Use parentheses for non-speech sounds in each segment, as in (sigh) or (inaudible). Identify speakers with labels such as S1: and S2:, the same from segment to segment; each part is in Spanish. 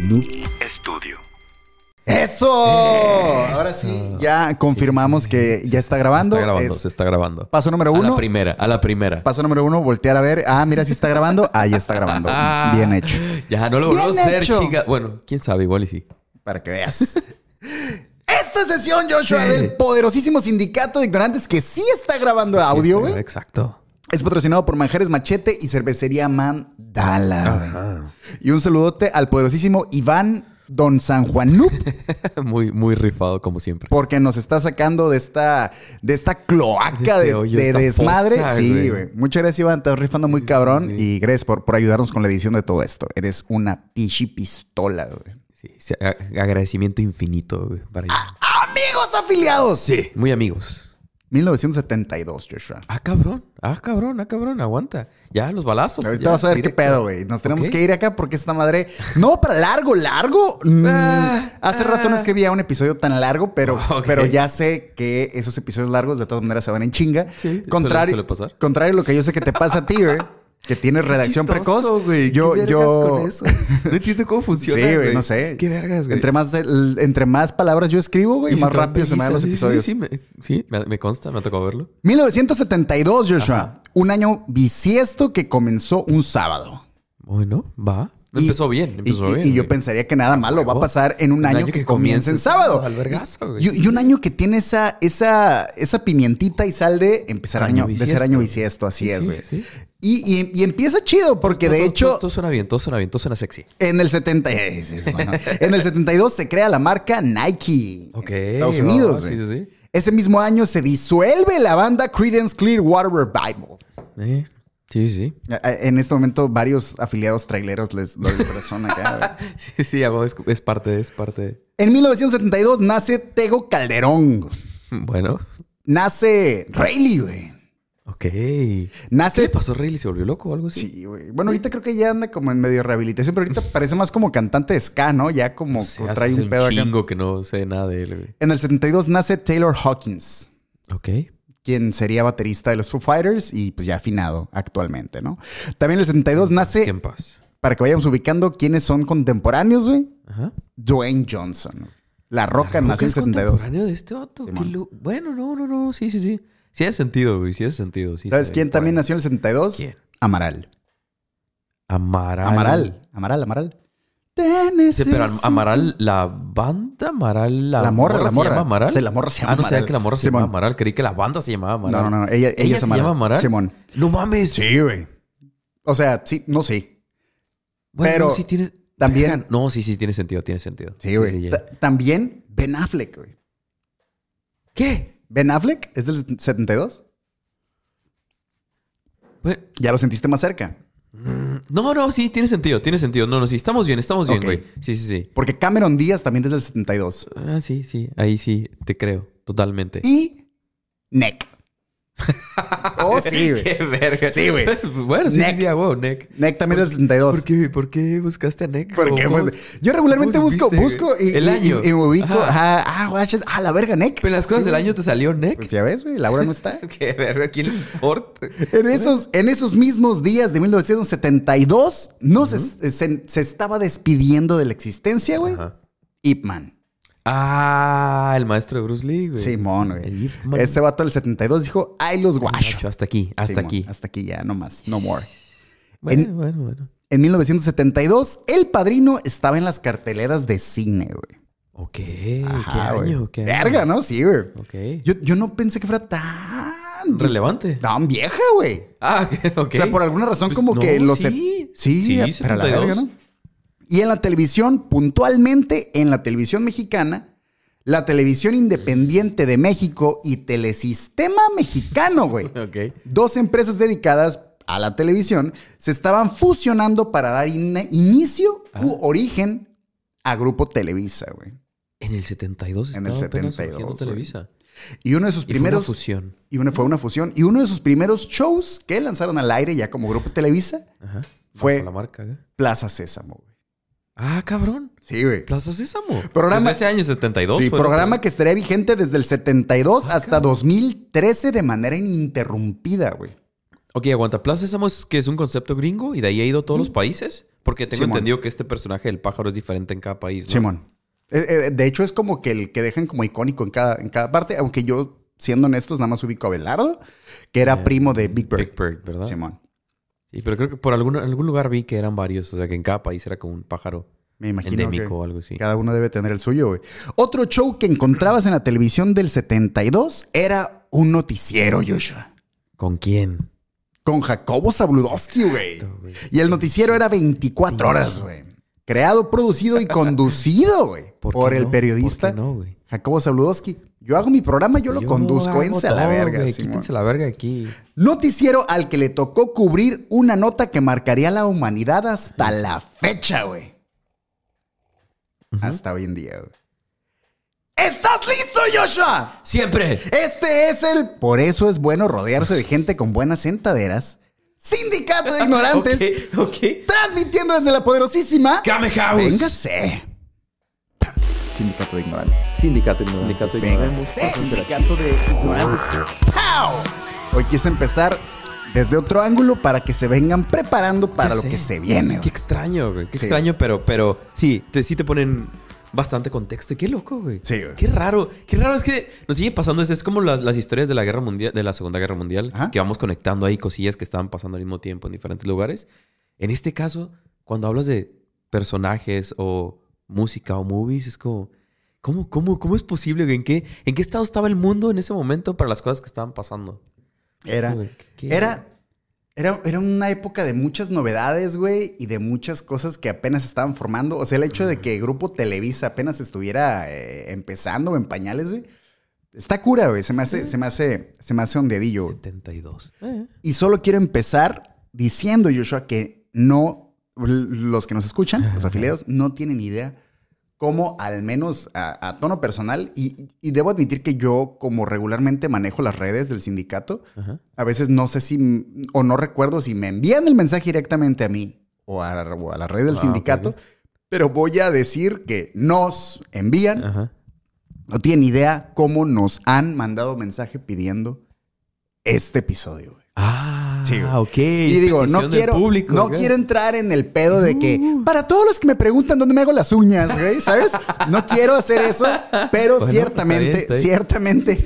S1: Noob
S2: Estudio.
S3: ¡Eso! Ahora sí, ya confirmamos que ya está grabando.
S4: Se está grabando,
S3: Es
S4: se está grabando.
S3: paso número
S4: A
S3: uno.
S4: la primera, a la primera.
S3: Paso número uno, voltear a ver. Ah, mira si está grabando. Ahí está
S4: (laughs)
S3: grabando.
S4: Ah.
S3: Bien hecho.
S4: Ya, no lo volvió a
S3: Bien
S4: hacer,
S3: hecho.
S4: chinga. Bueno, quién sabe, igual y sí.
S3: Para que
S4: (laughs)
S3: veas. Esta sesión, Joshua,
S4: Sí.
S3: del poderosísimo sindicato de ignorantes que sí está grabando audio, güey.
S4: Este, Exacto.
S3: Es patrocinado por Manjares Machete y Cervecería Mandala. güey. Y un saludote al poderosísimo Iván Don San Juanup,
S4: (laughs) muy, muy rifado, como siempre.
S3: porque nos está sacando de esta, de esta cloaca de,
S4: De este hoyo,
S3: de
S4: esta
S3: desmadre.
S4: fosa,
S3: sí,
S4: güey.
S3: güey. Muchas gracias, Iván. Estás rifando muy cabrón.
S4: sí.
S3: Y gracias por, por ayudarnos con la edición de todo esto. Eres una pichi pistola, güey.
S4: Sí, sí, a- agradecimiento infinito güey, para ellos.
S3: Amigos afiliados.
S4: Sí. Muy amigos.
S3: 1972, Joshua.
S4: Ah, cabrón. Ah, cabrón. Ah, cabrón. Aguanta. Ya, los balazos.
S3: Ahorita
S4: pues, ya,
S3: vas a ver
S4: directo.
S3: qué pedo, güey. Nos tenemos
S4: Ok.
S3: que ir acá porque esta madre. No, para largo, largo. Mm,
S4: Ah,
S3: Hace rato no
S4: ah.
S3: escribía un episodio tan largo, pero,
S4: (laughs) Ok.
S3: pero ya sé que esos episodios largos de todas maneras se van en chinga.
S4: Sí,
S3: contrario,
S4: suele- suele pasar.
S3: contrario a lo que yo sé que te pasa a ti,
S4: (laughs)
S3: güey. Que tienes redacción
S4: Chistoso,
S3: precoz.
S4: güey. ¿Qué
S3: Yo,
S4: vergas
S3: yo.
S4: con eso? No entiendo cómo funciona.
S3: Sí, güey, no sé.
S4: Qué vergas, güey.
S3: Entre más, el- entre más palabras yo escribo, güey,
S4: Y
S3: más
S4: se te
S3: rápido se me dan los
S4: organiza.
S3: episodios.
S4: Sí, sí, sí, me, sí, me- me consta, me ha tocado verlo.
S3: 1972, Joshua. Un año bisiesto que comenzó un sábado.
S4: Bueno, va.
S3: Y-
S4: Empezó bien, empezó
S3: y,
S4: bien.
S3: y yo
S4: güey.
S3: pensaría que nada malo va a
S4: huevo.
S3: pasar en un, año, que, comienza en sábado.
S4: al vergazo, güey.
S3: y, y un año que tiene esa, esa, esa pimientita y sal de empezar
S4: Año
S3: año, de ser
S4: bisiesto.
S3: año bisiesto, así
S4: Sí,
S3: es,
S4: sí,
S3: güey.
S4: sí, sí.
S3: Y, y- y empieza chido, porque de
S4: Todo-
S3: hecho,
S4: Todo, todo suena bien, todo suena bien, todo suena sexy.
S3: en el 70, eh, sí, es bueno. en el 72 se crea la marca Nike
S4: Ok.
S3: en Estados
S4: va,
S3: Unidos.
S4: sí,
S3: güey.
S4: sí, sí.
S3: Ese mismo año se disuelve la banda Creedence Clearwater Revival.
S4: Eh, sí, sí.
S3: Eh, eh, En este momento, varios afiliados traileros les doy corazón acá. güey.
S4: (laughs) Sí, sí, a huevo, es, es parte, es parte.
S3: En 1972 nace Tego Calderón.
S4: (laughs) Bueno,
S3: Nace Rayleigh, güey.
S4: ok. ¿Qué le
S3: Nace.
S4: pasó a Rayleigh? ¿Se volvió loco o algo así?
S3: Sí, güey. Bueno, ahorita creo que ya anda como en medio de rehabilitación, pero ahorita parece más como cantante de ska, ¿no? Ya como
S4: O sea,
S3: como trae
S4: hace
S3: un pedo acá.
S4: chingo que no sé nada de él,
S3: En el 72 nace Taylor Hawkins,
S4: güey. Ok.
S3: quien sería baterista de los Foo Fighters y pues ya afinado actualmente, ¿no? También en el 72
S4: ¿Qué
S3: nace,
S4: en paz?
S3: para que vayamos ubicando quiénes son contemporáneos, güey,
S4: Ajá.
S3: Dwayne Johnson. La Roca
S4: ¿Rock
S3: nació en el
S4: es
S3: 72.
S4: contemporáneo de este vato? Qué
S3: Simón.
S4: lu- Bueno, no, no, no. Sí, sí, sí. Sí hace sentido, güey. Sí hace sentido. sí,
S3: ¿Sabes
S4: está
S3: quién
S4: bien, por
S3: también
S4: ahí.
S3: nació en el 72?
S4: ¿Quién?
S3: Amaral.
S4: Amaral.
S3: Amaral, Amaral, Amaral.
S4: Sí, pero Am- Amaral, la banda Amaral, la,
S3: La morra, la morra.
S4: ¿Se llama Amaral?
S3: Sí, la morra se llama
S4: Ah, no sabía
S3: Amaral.
S4: que la morra se
S3: Simón.
S4: llamaba Amaral. Creí que la banda se llamaba Amaral.
S3: No, no, no. Ella, ella es
S4: se
S3: Amaral.
S4: llama Amaral.
S3: Simón.
S4: No mames.
S3: Sí, güey. O sea, sí, no sé.
S4: Bueno,
S3: pero
S4: sí tiene-
S3: también-
S4: Verga, No, sí, sí, tiene sentido, tiene sentido.
S3: Sí, güey.
S4: ya.
S3: Ta- También Ben Affleck, güey.
S4: ¿Qué?
S3: Ben Affleck es del 72.
S4: Bueno,
S3: Ya lo sentiste más cerca.
S4: no, no, sí, tiene sentido, tiene sentido. No, no, sí, estamos bien, estamos bien,
S3: Ok.
S4: güey. Sí, sí, sí.
S3: Porque Cameron Díaz también es del 72.
S4: Ah, sí, sí, ahí sí, te creo, totalmente. (laughs)
S3: Y Neck. Oh, sí, güey.
S4: Qué verga.
S3: Sí, güey.
S4: (laughs) bueno, sí,
S3: Neck.
S4: sí, sí, a huevo, Neck.
S3: Neck también es del
S4: ¿Por
S3: 72.
S4: qué, ¿Por qué buscaste a Neck?
S3: Porque
S4: ¿Cómo-
S3: pues, yo regularmente
S4: cómo
S3: busco,
S4: supiste,
S3: busco y,
S4: güey? el
S3: y-
S4: año.
S3: y, me ubico.
S4: Ajá.
S3: Ajá. Ah, güey, ah, la verga, Neck.
S4: Pero en las cosas
S3: Sí,
S4: del
S3: güey.
S4: año te salió Neck.
S3: Pues ya ves, güey, Laura no está.
S4: (laughs) Qué verga, ¿quién le importa?
S3: En esos, en esos mismos días de 1972, no se- se, se estaba despidiendo de la existencia, güey.
S4: Ajá.
S3: Ip Man.
S4: Ah, el maestro de Bruce Lee, güey.
S3: Simón, güey.
S4: El Ip Man.
S3: Ese vato del 72 dijo, I los guacho.
S4: Macho, hasta aquí, hasta
S3: Simón,
S4: aquí.
S3: Hasta aquí ya, no más, no more.
S4: Bueno,
S3: en-
S4: bueno, bueno.
S3: En 1972, El Padrino estaba en las carteleras de cine, güey.
S4: Ok,
S3: Ajá,
S4: qué
S3: güey.
S4: año, qué año.
S3: Verga, ¿no? Sí, güey.
S4: Ok.
S3: Yo, yo no pensé que fuera tan...
S4: Relevante.
S3: Tan vieja, güey.
S4: Ah, ok.
S3: O sea, por alguna razón
S4: Pues,
S3: como
S4: no,
S3: que los...
S4: sí.
S3: sí,
S4: Sí,
S3: pero a la
S4: 72.
S3: verga, ¿no? Y en la televisión, puntualmente en la televisión mexicana, la televisión independiente de México y Telesistema Mexicano, güey.
S4: (laughs) Ok.
S3: Dos empresas dedicadas a la televisión se estaban fusionando para dar in- inicio
S4: Ah.
S3: u origen a Grupo Televisa, güey.
S4: En el 72
S3: En
S4: estaba
S3: el 72,
S4: apenas surgiendo
S3: güey.
S4: Televisa.
S3: Y uno de sus
S4: Y fue una
S3: primeros...
S4: fusión.
S3: Y una, fue una fusión. Y uno de sus primeros shows que lanzaron al aire ya como Grupo Televisa
S4: Ajá.
S3: Fue-
S4: Bajo La marca, güey.
S3: Plaza Sésamo, güey.
S4: Ah, cabrón.
S3: Sí, güey.
S4: Plaza Sésamo.
S3: Programa-
S4: Desde ese año 72.
S3: Sí,
S4: fue,
S3: programa
S4: ¿no?
S3: que estaría vigente desde el 72
S4: Ah,
S3: hasta 2013 de manera ininterrumpida, güey.
S4: Ok, aguanta. Plaza Sésamo es que es un concepto gringo y de ahí ha ido a todos los países. Porque tengo
S3: Mm. Simón.
S4: entendido que este personaje del pájaro es diferente en cada país. ¿no?
S3: Simón. Eh, eh, de hecho, es como que el que dejan como icónico en cada, en cada parte, aunque yo, siendo honestos, nada más ubico a Belardo, que era
S4: Eh,
S3: primo de Big Bird.
S4: Big Bird, ¿verdad?
S3: Simón.
S4: Sí, pero creo que por algún, algún lugar vi que eran varios. O sea, que en cada país era como un pájaro
S3: Me imagino que
S4: endémico o algo así.
S3: cada uno debe tener el suyo, güey. Otro show que encontrabas en la televisión del 72 era un noticiero, Joshua.
S4: ¿Con quién?
S3: Con Jacobo Zabludowski, güey.
S4: güey.
S3: Y el noticiero era 24 horas, güey. Creado, producido y conducido,
S4: (laughs)
S3: güey. Por,
S4: qué
S3: el
S4: no?
S3: periodista
S4: ¿Por qué no, güey?
S3: Jacobo Zabludowski. Yo hago mi programa, yo lo conduzco.
S4: hago
S3: Ense a la
S4: todo,
S3: verga.
S4: güey.
S3: Simón.
S4: Quítense la verga de aquí.
S3: Noticiero al que le tocó cubrir una nota que marcaría la humanidad hasta la fecha, güey. Hasta hoy en día, güey. ¿Estás listo, Joshua?
S4: ¡Siempre!
S3: Este es el... Por eso es bueno rodearse de gente con buenas sentaderas. Sindicato
S4: (laughs)
S3: de ignorantes.
S4: Ok, ok.
S3: Transmitiendo desde la poderosísima...
S4: Game House.
S3: Véngase. Sindicato de ignorantes.
S4: Sindicato Sindicato
S3: Véngase. Sindicato de ignorantes. ¡Pow! Hoy quise empezar desde otro ángulo para que se vengan preparando para
S4: Ya
S3: lo
S4: sé.
S3: que se viene.
S4: Qué
S3: güey.
S4: extraño, güey. Qué
S3: Sí.
S4: extraño, pero, pero sí, te, sí te ponen bastante contexto. Y qué loco, güey.
S3: Sí, güey.
S4: Qué raro. Qué raro es que nos sigue pasando eso. Es como las, las historias de la guerra mundial, de la Segunda Guerra Mundial,
S3: Ajá.
S4: que vamos conectando ahí cosillas que estaban pasando al mismo tiempo en diferentes lugares. En este caso, cuando hablas de personajes o música o movies, es como. ¿Cómo, cómo, cómo es posible? güey? ¿En qué, ¿En qué estado estaba el mundo en ese momento para las cosas que estaban pasando?
S3: Era,
S4: Güey, qué-
S3: era, era, era una época de muchas novedades, güey, y de muchas cosas que apenas estaban formando. O sea, el hecho de que Grupo Televisa apenas estuviera eh, empezando o en pañales, güey. Está cura, güey. Se me hace, se me hace, se me hace ondeadillo. güey.
S4: 72. Eh.
S3: Y solo quiero empezar diciendo, Joshua, que no, los que nos escuchan, los afiliados, no tienen idea cómo, al menos a, a tono personal, y, y debo admitir que yo, como regularmente manejo las redes del sindicato,
S4: Ajá.
S3: a veces no sé si, m- o no recuerdo si me envían el mensaje directamente a mí o a, o a la red del
S4: Ah,
S3: sindicato,
S4: ok.
S3: pero voy a decir que nos envían
S4: Ajá.
S3: no tienen idea cómo nos han mandado mensaje pidiendo este episodio. güey.
S4: Ah,
S3: Sí, güey.
S4: ok.
S3: Y digo,
S4: Petición
S3: no
S4: del
S3: quiero,
S4: público,
S3: no
S4: güey.
S3: quiero entrar en el pedo de que para todos los que me preguntan dónde me hago las uñas, güey, ¿sabes? No quiero hacer eso, pero
S4: Bueno, pues
S3: ciertamente,
S4: está bien,
S3: ciertamente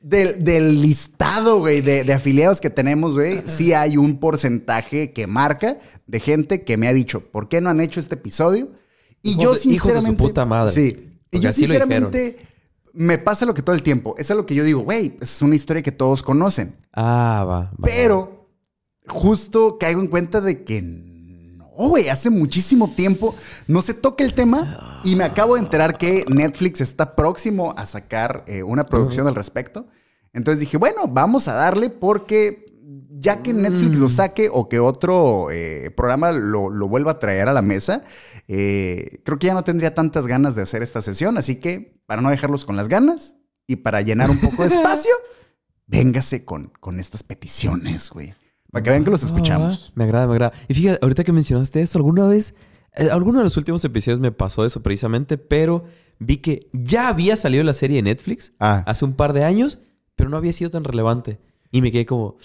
S3: del, del listado, güey, de, de afiliados que tenemos, güey, sí hay un porcentaje que marca de gente que me ha dicho, ¿por qué no han hecho este episodio? Y
S4: Hijos
S3: yo
S4: de- hijos de su
S3: sinceramente,
S4: puta madre.
S3: sí, y
S4: Porque
S3: yo
S4: así lo dijeron.
S3: sinceramente me pasa lo que todo el tiempo. Eso es lo que yo digo, güey, es una historia que todos conocen.
S4: Ah, va. va, va.
S3: Pero justo caigo en cuenta de que no, güey, hace muchísimo tiempo no se toca el tema y me acabo de enterar que Netflix está próximo a sacar eh, una producción al respecto. Entonces dije, bueno, vamos a darle porque ya que Netflix lo saque o que otro eh, programa lo, lo vuelva a traer a la mesa, eh, creo que ya no tendría tantas ganas de hacer esta sesión. Así que para no dejarlos con las ganas y para llenar un
S4: (laughs)
S3: poco de espacio, véngase con, con estas peticiones, güey. Para que vean que los
S4: Ah,
S3: escuchamos.
S4: va. Me agrada, me agrada. Y fíjate, ahorita que mencionaste esto, alguna vez, eh, alguno de los últimos episodios me pasó eso precisamente, pero vi que ya había salido la serie de Netflix
S3: Ah,
S4: hace un par de años, pero no había sido tan relevante. Y me quedé como,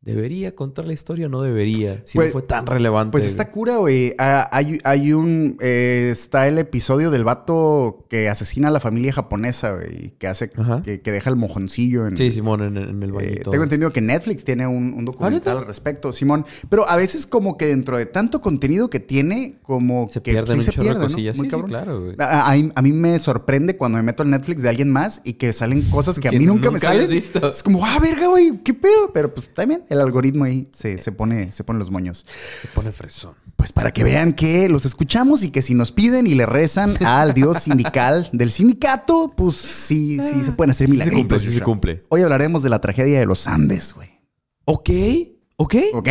S4: ¿debería contar la historia o no debería? Si
S3: Pues-
S4: no fue tan relevante.
S3: pues está cura, güey. Ah, hay, hay un. eh, está el episodio del vato que asesina a la familia japonesa, güey. Que hace.
S4: Ajá.
S3: Que, que deja el mojoncillo en.
S4: Sí, Simón, en, en el
S3: Eh,
S4: bañito.
S3: tengo entendido que Netflix tiene un, un
S4: ¿Ah,
S3: documental
S4: neta?
S3: al respecto, Simón. Pero a veces como que dentro de tanto contenido que tiene, como
S4: se
S3: que
S4: pierden
S3: sí
S4: un
S3: se
S4: chorro
S3: pierde,
S4: de
S3: ¿no?
S4: cosillas.
S3: Muy
S4: Sí, sí,
S3: cabrón.
S4: claro, güey.
S3: A, a- a mí me sorprende cuando me meto al Netflix de alguien más y que salen cosas que a
S4: Que
S3: mí nunca, me
S4: nunca habías
S3: salen.
S4: visto.
S3: Es como, ah, verga, güey, qué pedo. Pero pues también el algoritmo ahí se, se pone, se pone los moños.
S4: Se pone fresón.
S3: Pues para que vean que los escuchamos y que si nos piden y le rezan al dios sindical del sindicato, pues sí, sí se pueden hacer
S4: Sí se cumple,
S3: milagritos.
S4: sí se
S3: Joshua.
S4: cumple.
S3: Hoy hablaremos de la tragedia de los Andes, güey.
S4: Ok, ok.
S3: ¿Ok?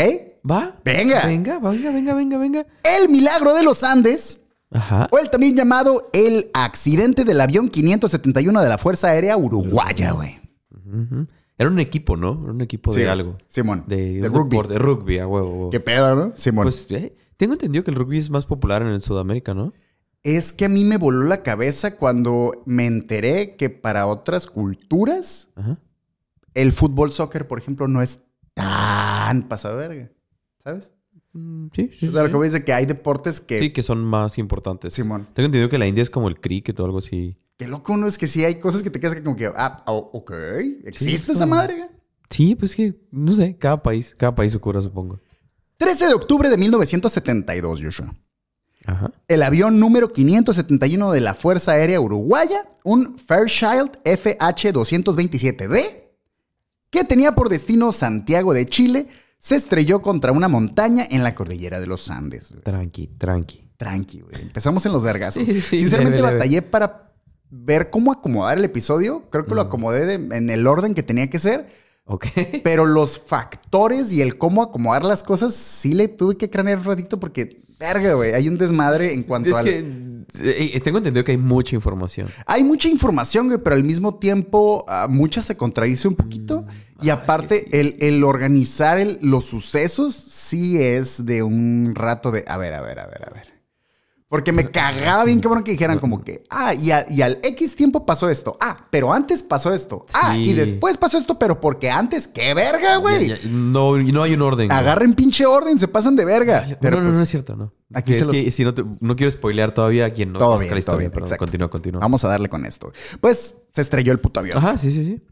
S4: ¿Va?
S3: Venga.
S4: Venga, venga, venga, venga, venga.
S3: El milagro de los Andes,
S4: Ajá.
S3: o el también llamado el accidente del avión 571 de la Fuerza Aérea Uruguaya, güey.
S4: Ujú. Era un equipo, ¿no? Era un equipo de algo.
S3: Simón.
S4: De,
S3: De,
S4: un
S3: rugby.
S4: deporte, de rugby, a huevo. a huevo.
S3: Qué pedo, ¿no? Simón.
S4: Pues, eh, tengo entendido que el rugby es más popular en el Sudamérica, ¿no?
S3: es que a mí me voló la cabeza cuando me enteré que para otras culturas
S4: Ajá.
S3: el fútbol soccer, por ejemplo, no es tan pasado verga. ¿Sabes?
S4: Mm, Sí, sí.
S3: O sea, lo
S4: sí.
S3: que voy dice que hay deportes que.
S4: Sí, que son más importantes.
S3: Simón.
S4: Tengo entendido que la India es como el cricket o algo así.
S3: Qué loco uno es que sí hay cosas que te quedas como que. Ah, o- ok. ¿Existe
S4: Sí.
S3: esa madre? güey?
S4: Sí, pues que, no sé, cada país, cada país su cura, supongo.
S3: 13 de octubre de 1972, Joshua.
S4: Ajá.
S3: El avión número 571 de la Fuerza Aérea Uruguaya, un Fairchild FH-227D, que tenía por destino Santiago de Chile, se estrelló contra una montaña en la cordillera de los Andes. güey.
S4: Tranqui, tranqui.
S3: Tranqui, güey. Empezamos en los vergazos.
S4: Sí, sí,
S3: Sinceramente
S4: leve, leve.
S3: batallé para ver cómo acomodar el episodio. Creo que lo
S4: Mm.
S3: acomodé de- en el orden que tenía que ser,
S4: Ok.
S3: pero los factores y el cómo acomodar las cosas sí le tuve que cranear un ratito porque, verga, güey, hay un desmadre en cuanto
S4: (laughs) Es
S3: al...
S4: que eh, tengo entendido que hay mucha información.
S3: Hay mucha información, güey, pero al mismo tiempo ah, mucha se contradice un poquito.
S4: Mm,
S3: y aparte, el, el organizar el- los sucesos sí es de un rato de, a ver, a ver, a ver, a ver. Porque me cagaba bien cabrón que dijeran como que, ah, y, a- y al X tiempo pasó esto. Ah, pero antes pasó esto. Ah, y
S4: Sí.
S3: después pasó esto, pero porque antes, qué verga, güey.
S4: Ya- ya- No, no hay un orden. güey.
S3: Agarren pinche orden, se pasan de verga.
S4: Vale,
S3: Pero
S4: no, no,
S3: pues,
S4: no es cierto, no.
S3: aquí
S4: es
S3: se los-
S4: que si no, te- no quiero spoilear todavía a quien no
S3: Todo
S4: conozca
S3: bien,
S4: la
S3: todo
S4: historia,
S3: bien,
S4: perdón.
S3: exacto.
S4: Continúa, continúa.
S3: Vamos a darle con esto. Pues se estrelló el puto avión.
S4: Ajá, sí, sí, sí.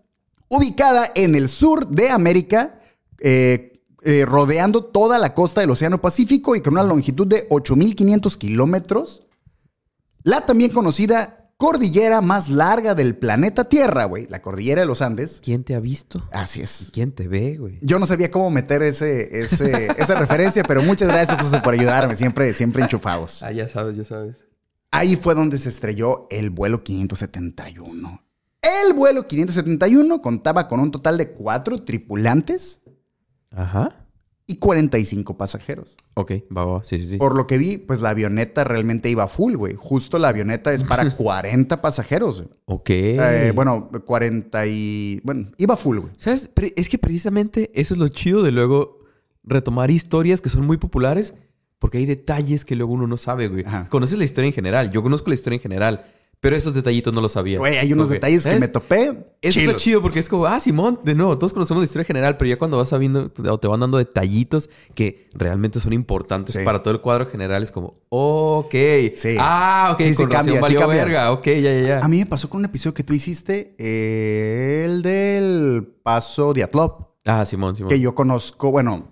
S3: ubicada en el sur de América, eh, eh, rodeando toda la costa del Océano Pacífico y con una longitud de 8.500 kilómetros. La también conocida cordillera más larga del planeta Tierra, güey, la cordillera de los Andes.
S4: ¿Quién te ha visto?
S3: Así es.
S4: ¿Quién te ve, güey?
S3: Yo no sabía cómo meter ese, ese- esa referencia, pero muchas gracias Susan, por ayudarme, siempre, siempre enchufados.
S4: Ah, ya sabes, ya sabes.
S3: Ahí fue donde se estrelló el vuelo 571. El vuelo 571 contaba con un total de cuatro tripulantes
S4: Ajá.
S3: y 45 pasajeros.
S4: Ok, va, va. Sí, sí, sí.
S3: Por lo que vi, pues la avioneta realmente iba full, güey. Justo la avioneta es para
S4: (laughs)
S3: 40 pasajeros. güey.
S4: Ok.
S3: Eh, bueno, 40 y... Bueno, iba full, güey.
S4: ¿Sabes? Pre- Es que precisamente eso es lo chido de luego retomar historias que son muy populares porque hay detalles que luego uno no sabe, güey.
S3: Ajá.
S4: Conoces la historia en general. Yo conozco la historia en general, pero esos detallitos no los sabía.
S3: Güey, hay unos
S4: Ok.
S3: detalles
S4: ¿Sabes?
S3: que me topé.
S4: Eso
S3: chilos.
S4: está chido porque es como, ah, Simón, de nuevo, todos conocemos la historia general, pero ya cuando vas sabiendo o te van dando detallitos que realmente son importantes
S3: Sí.
S4: para todo el cuadro general, es como, ok,
S3: Sí.
S4: ah, ok,
S3: Sí, sí
S4: con razón
S3: cambia, sí
S4: valió
S3: cambia.
S4: verga, ok, ya, ya, ya.
S3: A mí me pasó con un episodio que tú hiciste, eh, el del paso de Atlop.
S4: Ah, Simón, Simón.
S3: que yo conozco, bueno,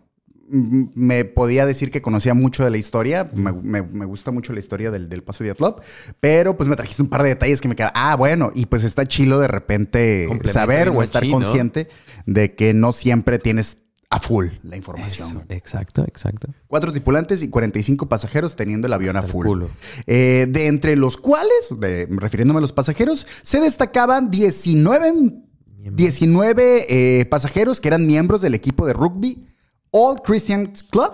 S3: m- me podía decir que conocía mucho de la historia, me, me- me gusta mucho la historia del, del Paso de Atlop, pero pues me trajiste un par de detalles que me quedaron, ah, bueno, y pues está chilo de repente
S4: Complementa
S3: saber
S4: bien
S3: o estar
S4: machín, ¿no?
S3: consciente de que no siempre tienes a full la información.
S4: Eso, Exacto, exacto.
S3: Cuatro tripulantes y 45 pasajeros teniendo el avión a
S4: Hasta el
S3: full.
S4: culo.
S3: Eh, de entre los cuales, de- refiriéndome a los pasajeros, se destacaban 19
S4: Miembro.
S3: 19 eh, pasajeros que eran miembros del equipo de rugby All Christians Club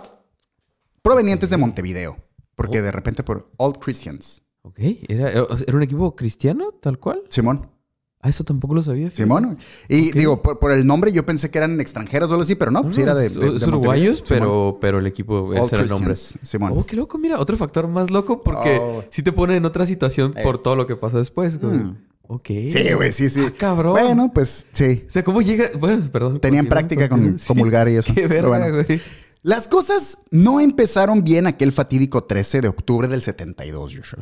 S3: provenientes de Montevideo. Porque de repente por All Christians.
S4: Ok, ¿Era, eh, era un equipo cristiano, tal cual.
S3: Simón,
S4: Ah, eso tampoco lo sabía. fíjate.
S3: Simón. Y
S4: Ok.
S3: digo, por, por el nombre yo pensé que eran extranjeros o algo así, pero no,
S4: No,
S3: pues era de,
S4: es-
S3: de- de
S4: es
S3: Montevideo.
S4: uruguayos,
S3: Simón.
S4: pero, pero el equipo,
S3: All
S4: ese era el nombre.
S3: Christians, Simón.
S4: Oh, qué loco, mira, otro factor más loco porque
S3: Oh.
S4: sí te pone en otra situación
S3: Eh.
S4: por todo lo que pasa después. güey.
S3: Mm.
S4: Ok.
S3: Sí, güey, sí, sí.
S4: Ah, cabrón.
S3: Bueno, pues sí.
S4: O sea, ¿cómo llega? Bueno, perdón.
S3: Tenían
S4: continúa,
S3: práctica con
S4: continúa. pues Sí.
S3: comulgar y eso.
S4: (laughs) Qué
S3: pero
S4: verga,
S3: bueno.
S4: güey.
S3: Las cosas no empezaron bien aquel fatídico 13 de octubre del 72, Joshua.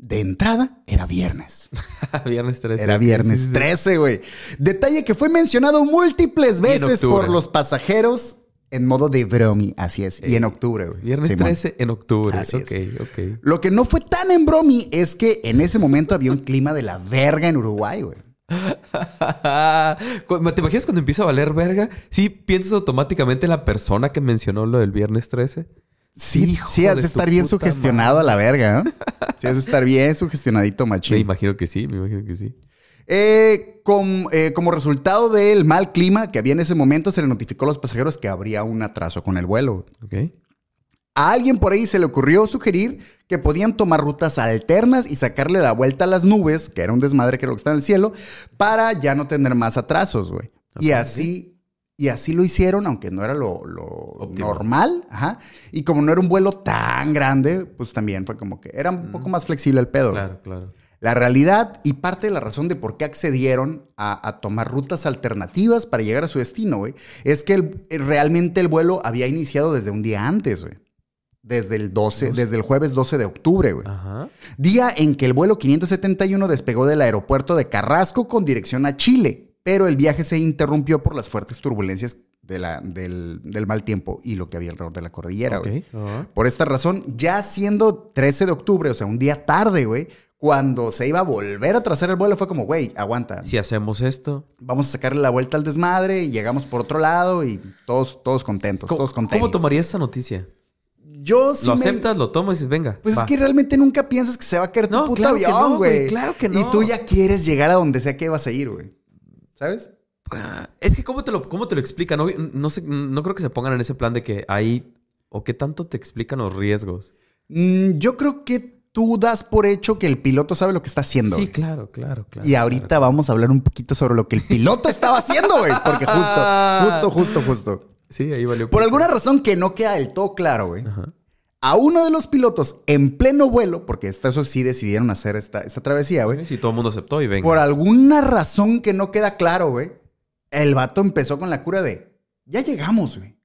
S3: De entrada, era viernes.
S4: Ok. (laughs) viernes 13.
S3: Era
S4: Sí,
S3: viernes
S4: sí, sí.
S3: 13, güey. Detalle que fue mencionado múltiples
S4: Y en
S3: veces
S4: octubre.
S3: por los pasajeros en modo de bromi, así es. Y en octubre, güey.
S4: Viernes
S3: Simón.
S4: 13 en octubre.
S3: Así es.
S4: ok, ok. (laughs)
S3: Lo que no fue tan en bromi es que en ese momento había un clima de la verga en Uruguay, güey.
S4: Cu- ¿Te imaginas cuando empieza a valer verga? Sí, piensas automáticamente en la persona que mencionó lo del viernes 13.
S3: Sí,
S4: Hijo
S3: sí, has
S4: de
S3: de
S4: tu
S3: estar bien
S4: puta
S3: sugestionado a la verga, ¿no? Sí, has de estar bien
S4: (laughs)
S3: sugestionadito, machín.
S4: Me imagino que sí, me imagino que sí.
S3: Eh, com- eh, como resultado del mal clima que había en ese momento, se le notificó a los pasajeros que habría un atraso con el vuelo. güey.
S4: Ok.
S3: A alguien por ahí se le ocurrió sugerir que podían tomar rutas alternas y sacarle la vuelta a las nubes, que era un desmadre que era lo que está en el cielo, para ya no tener más atrasos, güey. Y
S4: Ok.
S3: así. Y así lo hicieron, aunque no era lo, lo
S4: Óptimo.
S3: normal. Ajá. Y como no era un vuelo tan grande, pues también fue como que era un poco más flexible el pedo.
S4: Mm. Claro, claro.
S3: La realidad y parte de la razón de por qué accedieron a, a tomar rutas alternativas eh, para llegar a su destino, güey, es que el- realmente el vuelo había iniciado desde un día antes, güey. desde el 12, desde el jueves 12 de octubre, güey.
S4: Ajá.
S3: Día en que el vuelo 571 despegó del aeropuerto de Carrasco con dirección a Chile, pero el viaje se interrumpió por las fuertes turbulencias de la- del, del mal tiempo y lo que había alrededor de la cordillera,
S4: Ok.
S3: güey.
S4: Ajá.
S3: Por esta razón, ya siendo 13 de octubre, o sea, un día tarde, güey, cuando se iba a volver a trazar el vuelo, fue como, güey, aguanta,
S4: Si hacemos esto.
S3: vamos a sacarle la vuelta al desmadre y llegamos por otro lado y todos, todos contentos,
S4: ¿Cómo,
S3: todos
S4: cómo
S3: contentos.
S4: tomarías esa noticia?
S3: Yo sí
S4: lo
S3: me-
S4: aceptas, lo tomas y dices, venga.
S3: Pues
S4: va.
S3: es que realmente nunca piensas que se va a caer tu
S4: No,
S3: puto
S4: claro que
S3: avión,
S4: no, güey,
S3: güey.
S4: claro que
S3: Y
S4: no.
S3: tú ya quieres llegar a donde sea que vas a ir, güey. ¿Sabes?
S4: Ah, Es que cómo te lo, cómo te lo explican. No, no, sé, no creo que se pongan en ese plan de que ahí... ¿O qué tanto te explican los riesgos?
S3: Mm, yo creo que tú das por hecho que el piloto sabe lo que está haciendo.
S4: sí,
S3: güey.
S4: claro, claro, claro.
S3: Y ahorita vamos a hablar un poquito sobre lo que el piloto estaba haciendo, güey. Porque
S4: (laughs)
S3: justo, justo, justo, justo.
S4: Sí, ahí valió.
S3: Por
S4: pito.
S3: alguna razón que no queda del todo claro, güey.
S4: Ajá.
S3: A uno de los pilotos en pleno vuelo, porque hasta eso sí decidieron hacer esta, esta travesía, güey.
S4: Si todo el mundo aceptó y venga.
S3: Por alguna razón que no queda claro, güey, el vato empezó con la cura de, ya llegamos, güey.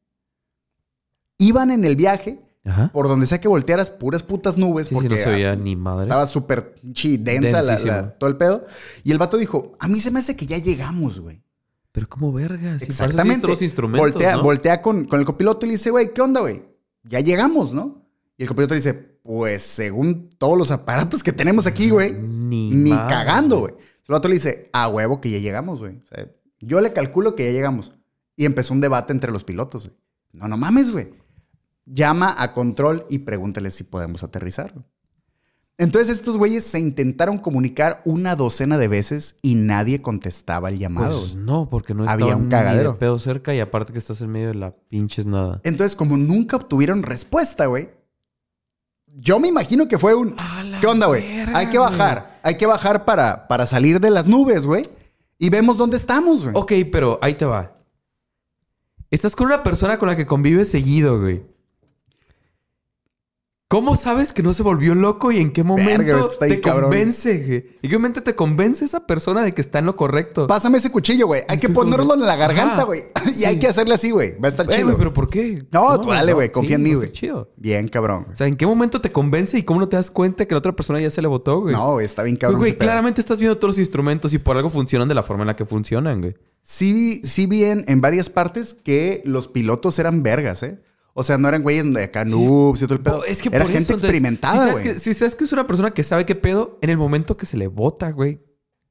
S3: Iban en el viaje,
S4: Ajá.
S3: por donde sea que voltearas, puras putas nubes,
S4: Sí, sí,
S3: porque
S4: no se veía
S3: ah,
S4: ni madre.
S3: estaba súper chi, densa la- la-
S4: Densísimo.
S3: todo el pedo. Y el vato dijo, a mí se me hace que ya llegamos, güey.
S4: Pero cómo vergas.
S3: Exactamente.
S4: los instrumentos,
S3: voltea
S4: ¿no?
S3: voltea con, con el copiloto y le dice, güey, ¿qué onda, güey? Ya llegamos, ¿no? Y el copiloto le dice, pues según todos los aparatos que tenemos aquí, güey.
S4: Ni,
S3: Ni
S4: madre.
S3: cagando, güey. El otro le dice, a huevo que ya llegamos, güey. O sea, yo le calculo que ya llegamos. Y empezó un debate entre los pilotos, güey. No, no mames, güey. Llama a control y pregúntale si podemos aterrizar. güey. Entonces estos güeyes se intentaron comunicar una docena de veces y nadie contestaba el llamado.
S4: Pues
S3: güey.
S4: no, porque no
S3: Había
S4: estaba
S3: un
S4: ni
S3: cagadero.
S4: de pedo cerca y aparte que estás en medio de la pinches nada.
S3: Entonces, como nunca obtuvieron respuesta, güey, yo me imagino que fue un...
S4: A la
S3: ¿Qué onda, güey?
S4: verga,
S3: Hay que bajar. Hay que bajar para, para salir de las nubes, güey. Y vemos dónde estamos, güey.
S4: güey. Ok, pero ahí te va. Estás con una persona con la que convives seguido, güey. ¿Cómo sabes que no se volvió loco y en qué momento
S3: Verga, es que está bien
S4: te
S3: cabrón.
S4: convence, güey? ¿En qué momento te convence esa persona de que está en lo correcto?
S3: Pásame ese cuchillo, güey. Hay que
S4: Sí,
S3: ponerlo
S4: güey.
S3: en la garganta,
S4: Ajá.
S3: güey. (laughs) Y
S4: Sí.
S3: hay que hacerle así, güey. Va a estar
S4: Eh,
S3: chido.
S4: güey, pero ¿por qué?
S3: No, tú dale, güey, confía en mí,
S4: no,
S3: güey.
S4: está Chido.
S3: Bien, cabrón.
S4: O sea, ¿en qué momento te convence y cómo no te das cuenta que la otra persona ya se le votó, güey?
S3: No, güey, está bien
S4: Güey,
S3: cabrón.
S4: güey,
S3: ese pedo.
S4: claramente estás viendo todos los instrumentos y por algo funcionan de la forma en la que funcionan, güey.
S3: Sí vi, sí vi en, en varias partes que los pilotos eran vergas, ¿eh? O sea, no eran güeyes de acá noobs y todo el pedo.
S4: Oh, Es que
S3: Era
S4: por
S3: gente
S4: eso, entonces,
S3: experimentada,
S4: si sabes
S3: güey.
S4: que- Si sabes que es una persona que sabe qué pedo, en el momento que se le vota, güey,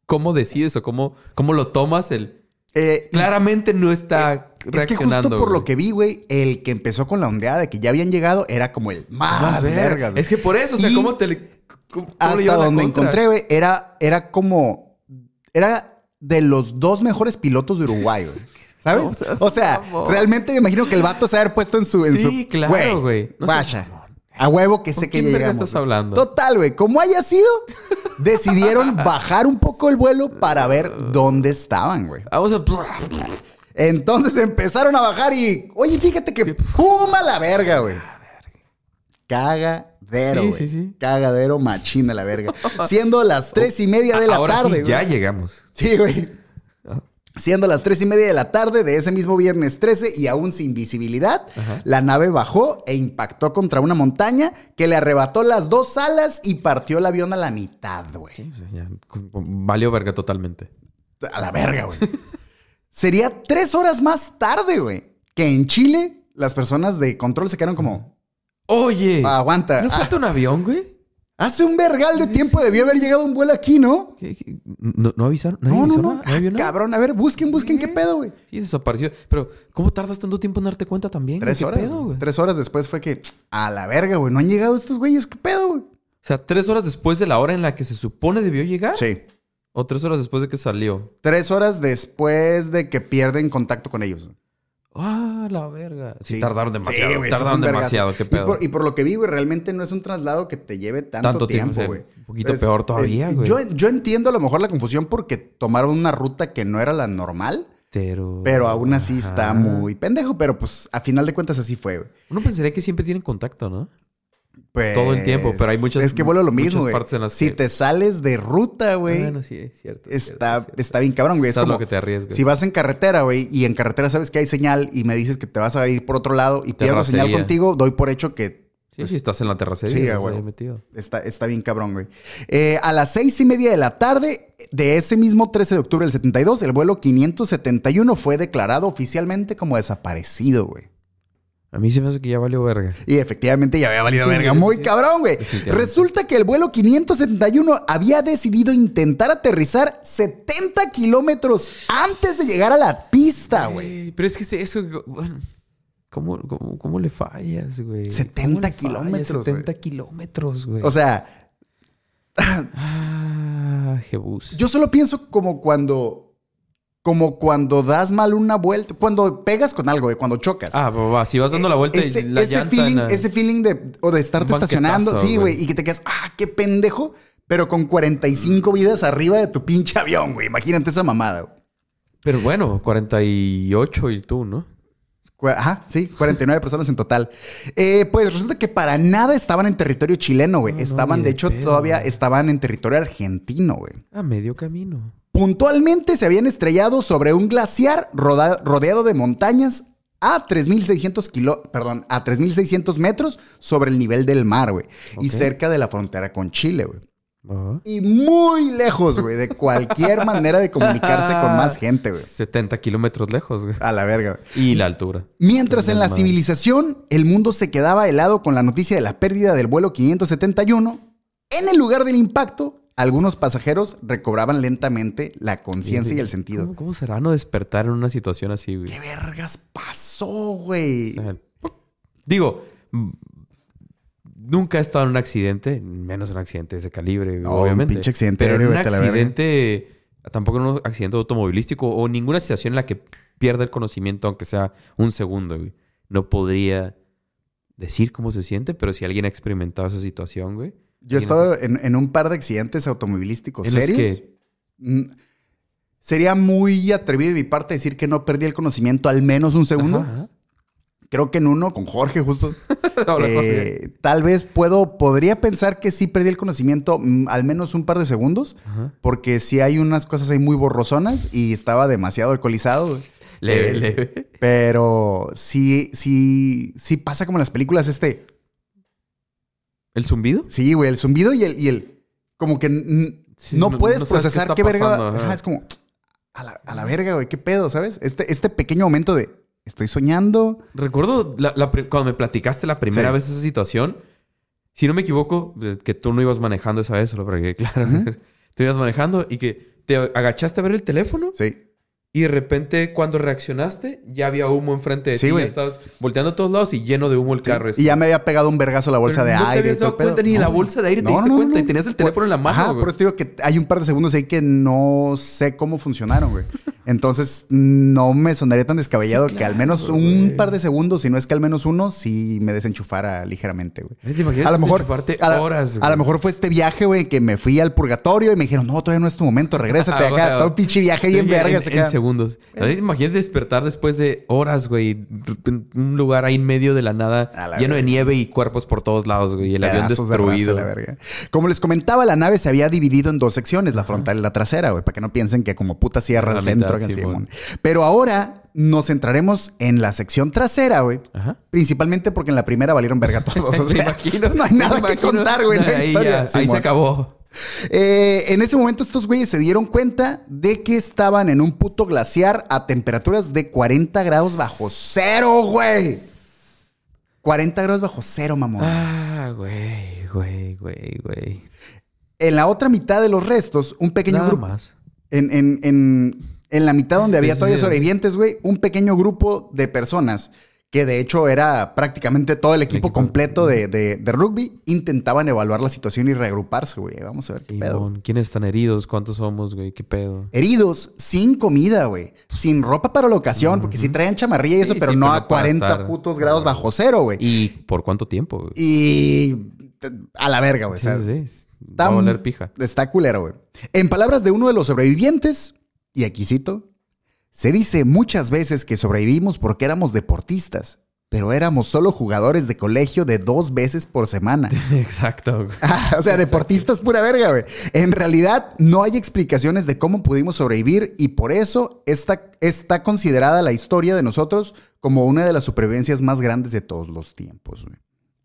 S4: ¿cómo decides o cómo, cómo lo tomas? El...
S3: Eh, y eh,
S4: Claramente no está
S3: Es que
S4: reaccionando.
S3: justo por
S4: güey.
S3: lo que vi, güey, el que empezó con la ondeada de que ya habían llegado era como el más,
S4: Más ver-
S3: vergas. güey.
S4: Es que por eso, o sea,
S3: Y
S4: ¿cómo te le. cómo le
S3: hasta
S4: llevas la
S3: donde
S4: contra?
S3: encontré, güey, era, era como. Era de los dos mejores pilotos de Uruguay,
S4: (laughs)
S3: güey. ¿Sabes?
S4: No seas
S3: o sea,
S4: mamón.
S3: realmente me imagino que el vato se ha de haber puesto en su. En
S4: Sí,
S3: su-
S4: claro, güey. No seas
S3: vaya.
S4: mamón.
S3: A huevo que sé
S4: ¿Con
S3: que
S4: quién
S3: ya
S4: verga
S3: llegamos.
S4: estás
S3: güey.
S4: hablando?
S3: Total, güey. Como haya sido,
S4: (laughs)
S3: decidieron bajar un poco el vuelo para ver dónde estaban, güey.
S4: Vamos a.
S3: Entonces empezaron a bajar y. Oye, fíjate que puma la verga, güey. Cagadero,
S4: Sí,
S3: güey.
S4: sí, sí. Oh.
S3: Cagadero machina la
S4: (laughs)
S3: verga. Siendo las tres y media de la
S4: Ahora
S3: tarde,
S4: sí,
S3: güey.
S4: ya llegamos.
S3: Sí, güey. Siendo las tres y media de la tarde de ese mismo viernes 13 y aún sin visibilidad, la nave bajó e impactó contra una montaña que le arrebató las dos alas y partió el avión a la mitad, güey.
S4: Sí, o sea, ya, con- con- valió verga totalmente.
S3: A la verga, güey. Sería tres horas más tarde, güey. Que en Chile las personas de control se quedaron como,
S4: Oye,
S3: "Ah, aguanta.
S4: ¿no
S3: ah,
S4: falta un avión, güey?
S3: hace un vergal de tiempo debió haber llegado un vuelo aquí, ¿no?
S4: ¿Qué- qué- ¿No, no avisaron? ¿Nadie
S3: No, no,
S4: avisó
S3: no.
S4: nada?
S3: Ah,
S4: avió nada?
S3: cabrón, a ver, busquen, busquen qué pedo, güey.
S4: Sí, desapareció. Pero, ¿cómo tardas tanto tiempo en darte cuenta también? güey?
S3: Tres
S4: ¿Qué
S3: horas.
S4: pedo, güey?
S3: tres horas después fue que, a la verga, güey. No han llegado estos güeyes, qué pedo, güey.
S4: O sea, ¿tres horas después de la hora en la que se supone debió llegar?
S3: Sí.
S4: ¿O tres horas después de que salió?
S3: Tres horas después de que pierden contacto con ellos. güey.
S4: ¡Ah, la verga! Sí,
S3: Sí.
S4: tardaron demasiado.
S3: Sí, güey, eso fue un
S4: tardaron
S3: vergazo.
S4: demasiado. ¿Qué pedo?
S3: Y por, y por lo que vi, güey, realmente no es un traslado que te lleve tanto,
S4: Tanto tiempo,
S3: tiempo,
S4: sí.
S3: güey.
S4: Un poquito peor todavía,
S3: eh,
S4: güey.
S3: Yo, yo entiendo a lo mejor la confusión porque tomaron una ruta que no era la normal,
S4: Pero...
S3: pero aún así
S4: Ajá.
S3: está muy pendejo. Pero pues a final de cuentas así fue, güey.
S4: Uno pensaría que siempre tienen contacto, ¿no? Ah,
S3: Pues,
S4: Todo el tiempo, pero hay muchas-
S3: Es que vuelvo a lo
S4: muchas
S3: mismo, güey.
S4: partes en las
S3: Si
S4: que-
S3: te sales de ruta, güey,
S4: Bueno, sí, es cierto. es
S3: está,
S4: cierto, es cierto.
S3: está bien cabrón, güey. Es
S4: Sabes
S3: como,
S4: lo que te arriesgas.
S3: Si vas en carretera, güey, y en carretera sabes que hay señal y me dices que te vas a ir por otro lado y pierdo señal
S4: Terracería.
S3: contigo, doy por hecho que
S4: Sí, sí, estás en la terracería.
S3: Sí,
S4: estás
S3: güey.
S4: ahí metido.
S3: Está, está bien cabrón, güey. Eh, a las seis y media de la tarde de ese mismo 13 de octubre del 72, el vuelo 571 fue declarado oficialmente como desaparecido, güey.
S4: A mí se me hace que ya valió verga.
S3: Y efectivamente ya había valido
S4: Sí,
S3: verga.
S4: sí,
S3: Muy
S4: sí.
S3: cabrón, güey.
S4: Definitivamente.
S3: Resulta que el vuelo 571 había decidido intentar aterrizar 70 kilómetros antes de llegar a la pista, güey.
S4: Ey, Pero es que ese- eso, bueno, ¿cómo, cómo, cómo le fallas, güey?
S3: 70
S4: ¿Cómo le fallas?
S3: kilómetros,
S4: 70 kilómetros, güey.
S3: O sea,
S4: Ah, Jebus.
S3: Yo solo pienso como cuando. Como cuando das mal una vuelta. Cuando pegas con algo, güey, cuando chocas.
S4: Ah, papá, si vas dando la vuelta
S3: Eh, ese,
S4: y la
S3: ese
S4: llanta...
S3: feeling,
S4: en la-
S3: ese feeling de, o de estarte
S4: Un banquetazo,
S3: estacionando, sí, güey,
S4: güey.
S3: y que te quedas, ah, qué pendejo, pero con 45 vidas arriba de tu pinche avión, güey. Imagínate esa mamada, güey.
S4: Pero bueno, 48 y tú, ¿no?
S3: Cu- Ajá, sí, 49 personas en total. Eh, pues resulta que para nada estaban en territorio chileno, güey.
S4: No, no,
S3: estaban,
S4: ni
S3: de
S4: de
S3: hecho,
S4: pedo,
S3: todavía
S4: güey.
S3: estaban en territorio argentino, güey.
S4: A medio camino.
S3: Puntualmente se habían estrellado sobre un glaciar roda- rodeado de montañas a 3.600 kilo- perdón, a 3.600 metros sobre el nivel del mar, güey. Y
S4: Ok.
S3: cerca de la frontera con Chile, güey.
S4: Ajá.
S3: Y muy lejos, güey, de cualquier (laughs) manera de comunicarse con más gente, güey.
S4: 70 kilómetros lejos, güey.
S3: A la verga, güey.
S4: Y la altura.
S3: Mientras en la
S4: Madre.
S3: civilización el mundo se quedaba helado con la noticia de la pérdida del vuelo 571, en el lugar del impacto, algunos pasajeros recobraban lentamente la conciencia y el sentido.
S4: ¿Cómo, cómo será no despertar en una situación así, güey?
S3: ¿Qué vergas pasó, güey?
S4: O sea, Digo, mm, nunca he estado en un accidente, menos en un accidente de ese calibre,
S3: No, Oh, un
S4: obviamente.
S3: pinche accidente
S4: Pero en
S3: aéreo,
S4: un
S3: vete a la verga.
S4: accidente, tampoco en un accidente automovilístico o ninguna situación en la que pierda el conocimiento, aunque sea un segundo, güey. No podría decir cómo se siente, pero si alguien ha experimentado esa situación, güey.
S3: Yo he
S4: ¿quién
S3: estado en, en un par de accidentes automovilísticos
S4: en los
S3: serios.
S4: que-
S3: Mm, Sería muy atrevido de mi parte decir que no perdí el conocimiento al menos un segundo.
S4: Ajá, (laughs)
S3: Creo que en uno, con Jorge justo.
S4: ajá. (laughs) Hola, Jorge.
S3: eh, tal vez puedo, podría pensar que sí perdí el conocimiento mm, al menos un par de segundos.
S4: Ajá.
S3: Porque sí hay unas cosas ahí muy borrosonas y estaba demasiado alcoholizado. güey.
S4: Leve,
S3: Eh,
S4: leve.
S3: Pero sí, sí, sí pasa como en las películas este...
S4: ¿El zumbido?
S3: Sí, güey, el zumbido y el, y el como que n-
S4: Sí,
S3: no,
S4: no-
S3: puedes
S4: no sabes qué
S3: procesar
S4: está
S3: qué, verga.
S4: pasando, ajá.
S3: ajá, es como a la, a la verga, güey, qué pedo, ¿sabes? Este, este pequeño momento de estoy soñando.
S4: Recuerdo la- la pri- cuando me platicaste la primera
S3: Sí.
S4: vez esa situación. Si no me equivoco, de que tú no ibas manejando esa vez, solo para que, (laughs) claro,
S3: Ujú.
S4: tú ibas manejando y que te agachaste a ver el teléfono
S3: Sí.
S4: y de repente cuando reaccionaste ya había humo enfrente de
S3: Sí,
S4: ti.
S3: güey.
S4: Ya estabas volteando a todos lados y lleno de humo el carro. Es
S3: Y ya me había pegado un vergazo a la
S4: como,
S3: bolsa de
S4: "Pero no
S3: aire.
S4: te
S3: y
S4: habías
S3: todo
S4: dado
S3: el
S4: cuenta
S3: pedo".
S4: ni la
S3: No.
S4: bolsa de aire,
S3: No,
S4: te diste
S3: no, no,
S4: cuenta y
S3: no.
S4: tenías el teléfono en la mano.
S3: Ajá,
S4: güey.
S3: por eso te digo que hay un par de segundos ahí que no sé cómo funcionaron,
S4: (laughs)
S3: güey. Entonces, no me sonaría tan descabellado
S4: Sí,
S3: que al
S4: claro,
S3: menos un
S4: güey.
S3: par de segundos, si no es que al menos uno, sí me desenchufara ligeramente, güey.
S4: ¿Te imaginas
S3: A lo mejor,
S4: desenchufarte
S3: a la-
S4: horas.
S3: a lo
S4: güey?
S3: mejor fue este viaje, güey, que me fui al purgatorio y me dijeron, no, todavía no es tu momento, regrésate
S4: (laughs) Ah,
S3: acá.
S4: bueno.
S3: Todo un pinche viaje bien
S4: Sí,
S3: verga.
S4: en, en segundos. Imagínate despertar después de horas, güey. En Un lugar ahí en medio de la nada,
S3: A la
S4: lleno
S3: verga.
S4: de nieve y cuerpos por todos lados, güey. y El avión
S3: Pedazos de raza,
S4: destruido.
S3: la verga. Como les comentaba, la nave se había dividido en dos secciones, la frontal y la trasera, güey, para que no piensen que como puta cierra
S4: A la
S3: el centro.
S4: mitad,
S3: que
S4: Simón.
S3: Simón. Pero ahora nos centraremos en la sección trasera, güey.
S4: Ajá.
S3: Principalmente porque en la primera valieron
S4: (laughs)
S3: verga todos. O
S4: Te
S3: sea,
S4: imagino,
S3: (laughs) no hay
S4: me
S3: nada que
S4: imagino.
S3: contar, güey, en la
S4: Ahí
S3: historia.
S4: ya, Ahí
S3: Simón.
S4: se acabó.
S3: Eh, en ese momento estos güeyes se dieron cuenta de que estaban en un puto glaciar a temperaturas de 40 grados bajo cero, güey. 40 grados bajo cero, mamón.
S4: Ah, güey, güey, güey, güey.
S3: En la otra mitad de los restos, un pequeño
S4: Nada
S3: grupo...
S4: más.
S3: En, en- en- en la mitad donde había
S4: Sí,
S3: todavía
S4: sí.
S3: sobrevivientes, güey, un pequeño grupo de personas, que de hecho era prácticamente todo el equipo,
S4: equipo.
S3: completo de, de- de rugby, intentaban evaluar la situación y reagruparse, güey. Vamos a ver qué pedo. Eh,
S4: Simón, ¿quiénes están heridos? ¿Cuántos somos, güey? ¿Qué pedo?
S3: Heridos, sin comida, güey. Sin ropa para la ocasión, porque si traían chamarrilla y eso,
S4: Sí,
S3: pero
S4: sí,
S3: no
S4: pero
S3: a
S4: no para
S3: 40
S4: estar.
S3: putos grados bajo cero, güey.
S4: ¿Y por cuánto tiempo, güey?
S3: Y pues, t- a la verga, güey. o
S4: Sí,
S3: sea,
S4: sí, sí. Va
S3: está
S4: a
S3: mu-
S4: oler pija. (laughs)
S3: Está culero, güey. En palabras de uno de los sobrevivientes, y aquí cito, se dice muchas veces que sobrevivimos porque éramos deportistas, pero éramos solo jugadores de colegio de dos veces por semana.
S4: Exacto, güey.
S3: Ah, (laughs) o sea, deportistas pura verga, güey. En realidad, no hay explicaciones de cómo pudimos sobrevivir y por eso está, está considerada la historia de nosotros como una de las supervivencias más grandes de todos los tiempos, güey.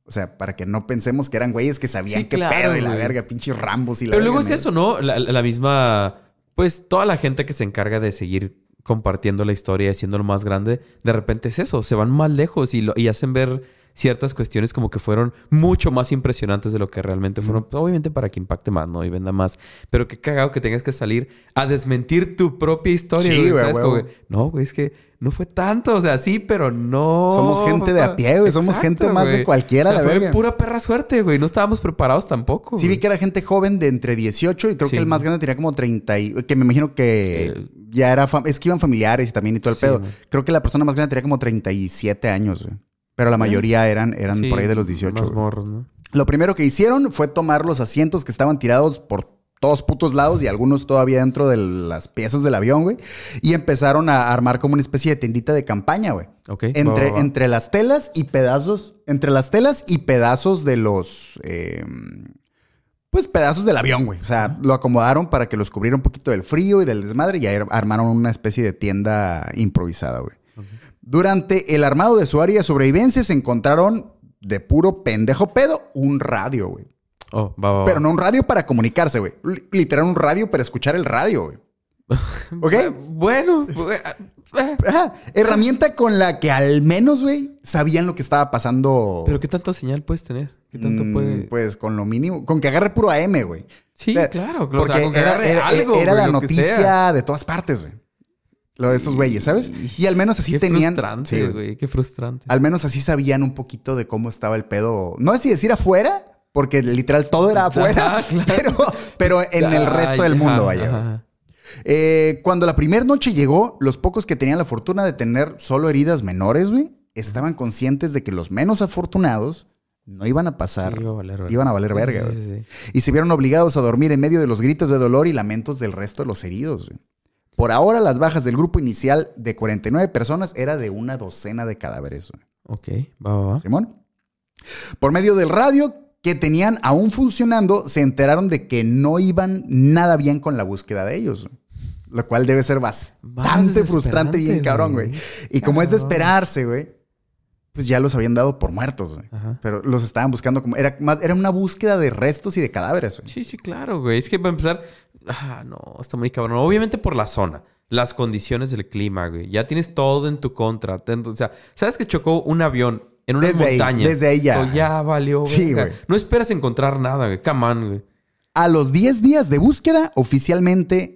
S3: O sea, para que no pensemos que eran güeyes que sabían
S4: Sí,
S3: qué
S4: claro,
S3: pedo y la
S4: güey.
S3: verga, pinches rambos y la
S4: Pero luego es
S3: verga,
S4: eso, ¿no? La, la misma. Pues toda la gente que se encarga de seguir compartiendo la historia y haciéndolo más grande, de repente es eso. Se van más lejos y, lo- y hacen ver ciertas cuestiones como que fueron mucho más impresionantes de lo que realmente fueron. Obviamente para que impacte más, ¿no? Y venda más. Pero qué cagado que tengas que salir a desmentir tu propia historia.
S3: Sí,
S4: güey,
S3: güey,
S4: ¿sabes?
S3: huevo.
S4: Como que, no, güey, es que no fue tanto. O sea, sí, pero no.
S3: Somos gente de a pie, güey. Somos gente más de cualquiera, la
S4: fue
S3: verga.
S4: pura perra suerte, güey. No estábamos preparados tampoco.
S3: Sí vi
S4: güey.
S3: que era gente joven de entre 18 y creo
S4: Sí.
S3: que el más grande tenía como 30 y... Que me imagino que
S4: Eh.
S3: ya era... fam- Es que iban familiares y también y todo el
S4: Sí,
S3: pedo.
S4: güey.
S3: Creo que la persona más grande tenía como 37 años, güey. Pero la mayoría eran, eran
S4: Sí,
S3: por ahí de los 18.
S4: Más
S3: güey.
S4: morros, ¿no?
S3: Lo primero que hicieron fue tomar los asientos que estaban tirados por todos putos lados y algunos todavía dentro de las piezas del avión, güey. Y empezaron a armar como una especie de tiendita de campaña, güey.
S4: Ok.
S3: Entre,
S4: va, va, va.
S3: entre las telas y pedazos. Entre las telas y pedazos de los. eh, pues pedazos del avión, güey. O sea, lo acomodaron para que los cubriera un poquito del frío y del desmadre y ahí armaron una especie de tienda improvisada, güey. Durante el armado de su área de sobrevivencia se encontraron de puro pendejo pedo un radio, güey.
S4: Oh, va, va, va.
S3: Pero no un radio para comunicarse, güey. Li- Literal un radio para escuchar el radio, güey. ¿Ok?
S4: Eh, Bueno, bu- ah,
S3: Ajá, herramienta con la que al menos, güey, sabían lo que estaba pasando.
S4: pero ¿qué tanta señal puedes tener? ¿Qué tanto
S3: Mm,
S4: puede...?
S3: Pues con lo mínimo, con que agarre puro AM, güey.
S4: sí,
S3: eh,
S4: claro.
S3: Porque era, era- era la noticia de todas partes, güey. Lo de estos güeyes, ¿sabes? Y al menos así
S4: Sí
S3: tenían. sí,
S4: frustrante,
S3: güey.
S4: güey. Qué frustrante.
S3: al menos así sabían un poquito de cómo estaba el pedo. No sé si decir afuera, porque literal todo
S4: (laughs)
S3: era afuera,
S4: Ajá, Ah, claro.
S3: pero, pero en el resto del
S4: Ay,
S3: mundo,
S4: ajá,
S3: vaya. güey.
S4: ajá.
S3: Eh, cuando la primera noche llegó, los pocos que tenían la fortuna de tener solo heridas menores, güey, estaban conscientes de que los menos afortunados no iban a pasar,
S4: Sí, iba a valer verga.
S3: iban a valer verga,
S4: Sí,
S3: güey.
S4: sí, sí.
S3: Y se vieron obligados a dormir en medio de los gritos de dolor y lamentos del resto de los heridos, güey. Por ahora, las bajas del grupo inicial de 49 personas era de una docena de cadáveres, güey.
S4: Ok, va, va, va.
S3: Simón. Por medio del radio que tenían aún funcionando, se enteraron de que no iban nada bien con la búsqueda de ellos. Lo cual debe ser bastante
S4: desesperante,
S3: frustrante, bien cabrón, güey.
S4: güey.
S3: Y como es de
S4: Cabrón.
S3: esperarse, güey, pues ya los habían dado por muertos, güey.
S4: Ajá.
S3: Pero los estaban buscando como. Era, más, era una búsqueda de restos y de cadáveres, güey.
S4: Sí, sí, claro, güey. Es que para empezar, ah, no, está muy cabrón. Obviamente por la zona, las condiciones del clima, güey. Ya tienes todo en tu contra. Ten- O sea, sabes que chocó un avión en una
S3: Desde ahí,
S4: montaña.
S3: desde ahí ya.
S4: So, ya valió, güey.
S3: Sí, güey.
S4: No esperas encontrar nada, güey. Come on, güey.
S3: A los 10 días de búsqueda, oficialmente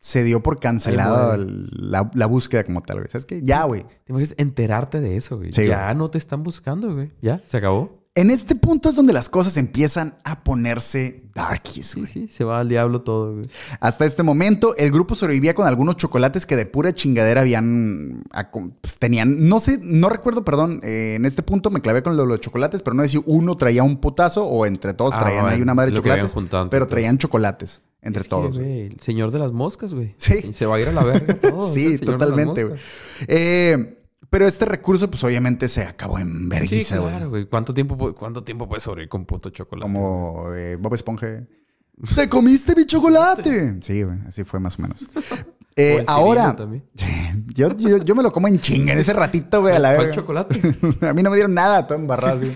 S3: se dio por cancelada
S4: Ay,
S3: la, la búsqueda como tal, güey. ¿Sabes qué? Ya, güey.
S4: Te imaginas enterarte de eso, güey.
S3: Sí,
S4: ya no te están buscando, güey. Ya, se acabó.
S3: En este punto es donde las cosas empiezan a ponerse darkies,
S4: Sí,
S3: güey.
S4: sí, se va al diablo todo, güey.
S3: Hasta este momento, el grupo sobrevivía con algunos chocolates que de pura chingadera habían. acom- pues, tenían. No sé, no recuerdo, perdón. eh, en este punto me clavé con lo de los chocolates, pero no sé si uno traía un putazo o entre todos
S4: Ah,
S3: traían
S4: bueno,
S3: ahí una madre de
S4: lo que habían
S3: chocolates.
S4: juntado entre
S3: Pero
S4: todos.
S3: traían chocolates entre
S4: Es que,
S3: todos. güey.
S4: güey, oh, el señor de las moscas, güey.
S3: Sí.
S4: Se va a ir a la verga todo. es el
S3: (laughs) sí,
S4: señor de las
S3: totalmente, güey.
S4: moscas.
S3: Eh, pero este recurso, pues obviamente se acabó en
S4: Sí,
S3: vergüenza, güey.
S4: claro, güey. ¿Cuánto tiempo, pu- ¿Cuánto tiempo puedes sobrevivir con puto chocolate?
S3: Como eh, Bob Esponja. ¡Te comiste mi chocolate! Sí, güey, así fue más o menos. Eh,
S4: (laughs) O el
S3: ahora,
S4: Cirilo también.
S3: yo, yo- yo me lo como en chinga en ese ratito, güey, a la
S4: ¿Cuál
S3: verga.
S4: chocolate?
S3: (laughs) a mí no me dieron nada, todo embarrado. así.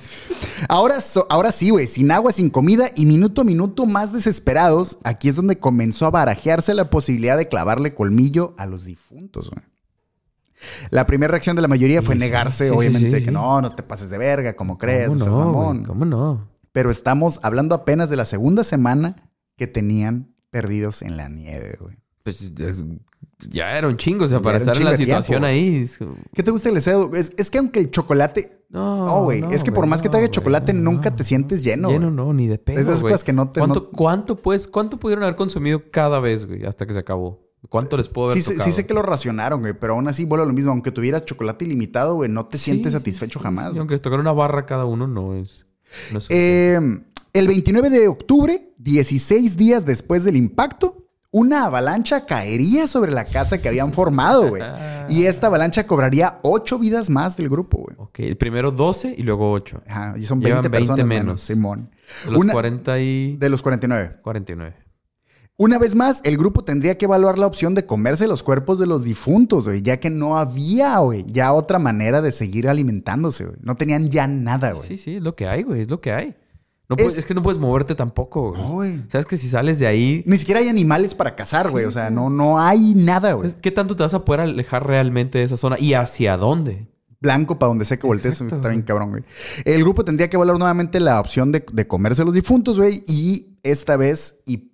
S3: Ahora, so- ahora sí, güey, sin agua, sin comida y minuto a minuto más desesperados, aquí es donde comenzó a barajearse la posibilidad de clavarle colmillo a los difuntos, güey. La primera reacción de la mayoría fue
S4: Sí, sí.
S3: negarse,
S4: Sí, sí,
S3: obviamente,
S4: sí,
S3: de que
S4: sí.
S3: no, no te pases de verga, como crees, no,
S4: ¿Cómo
S3: seas
S4: no, güey?
S3: mamón.
S4: ¿Cómo no?
S3: Pero estamos hablando apenas de la segunda semana que tenían perdidos en la nieve, güey.
S4: Pues es- ya era un chingo, o sea,
S3: Ya
S4: para
S3: era un
S4: estar en
S3: chingo
S4: la
S3: de tiempo,
S4: situación
S3: güey.
S4: ahí. es como-
S3: ¿Qué te gusta el deseo? Es, es que aunque el chocolate...
S4: No,
S3: No, güey, es que por más que traigas
S4: güey,
S3: chocolate, nunca te sientes lleno,
S4: Lleno
S3: güey.
S4: no, ni de pedo,
S3: Es de esas
S4: güey.
S3: cosas que no te-
S4: ¿Cuánto,
S3: no-
S4: ¿Cuánto, pues, ¿Cuánto pudieron haber consumido cada vez, güey, hasta que se acabó? ¿Cuánto les puedo haber
S3: Sí, sé-
S4: tocado?
S3: sí sé que lo racionaron, güey, pero aún así vuelve a lo mismo. Aunque tuvieras chocolate ilimitado, güey, no te
S4: Sí,
S3: sientes
S4: sí,
S3: satisfecho
S4: sí,
S3: jamás.
S4: sí,
S3: güey.
S4: aunque tocar una barra cada uno no es... no es suficiente.
S3: Eh, el 29 de octubre, 16 días después del impacto, una avalancha caería sobre la casa que habían formado,
S4: (laughs)
S3: güey. Y esta avalancha cobraría 8 vidas más del grupo, güey.
S4: ok, el primero 12 y luego 8.
S3: Ajá, y son 20
S4: Llevan 20
S3: personas menos,
S4: menos.
S3: Simón.
S4: De los
S3: Una-
S4: 40 y...
S3: de los 49.
S4: 49.
S3: Una vez más, el grupo tendría que evaluar la opción de comerse los cuerpos de los difuntos, güey, ya que no había, güey, ya otra manera de seguir alimentándose, güey. No tenían ya nada, güey.
S4: Sí, sí, es lo que hay, güey, es lo que hay. No puedes-
S3: Es-
S4: es... que no puedes moverte tampoco, güey.
S3: No, güey.
S4: Sabes que si sales de ahí,
S3: Ni siquiera hay animales para cazar, güey. O sea, no, no hay nada, güey.
S4: ¿sabes ¿qué tanto te vas a poder alejar realmente de esa zona y hacia dónde?
S3: blanco para donde sea que voltees.
S4: Exacto,
S3: Está bien
S4: güey.
S3: cabrón, güey. El grupo tendría que evaluar nuevamente la opción de, de comerse a los difuntos, güey. Y esta vez, y,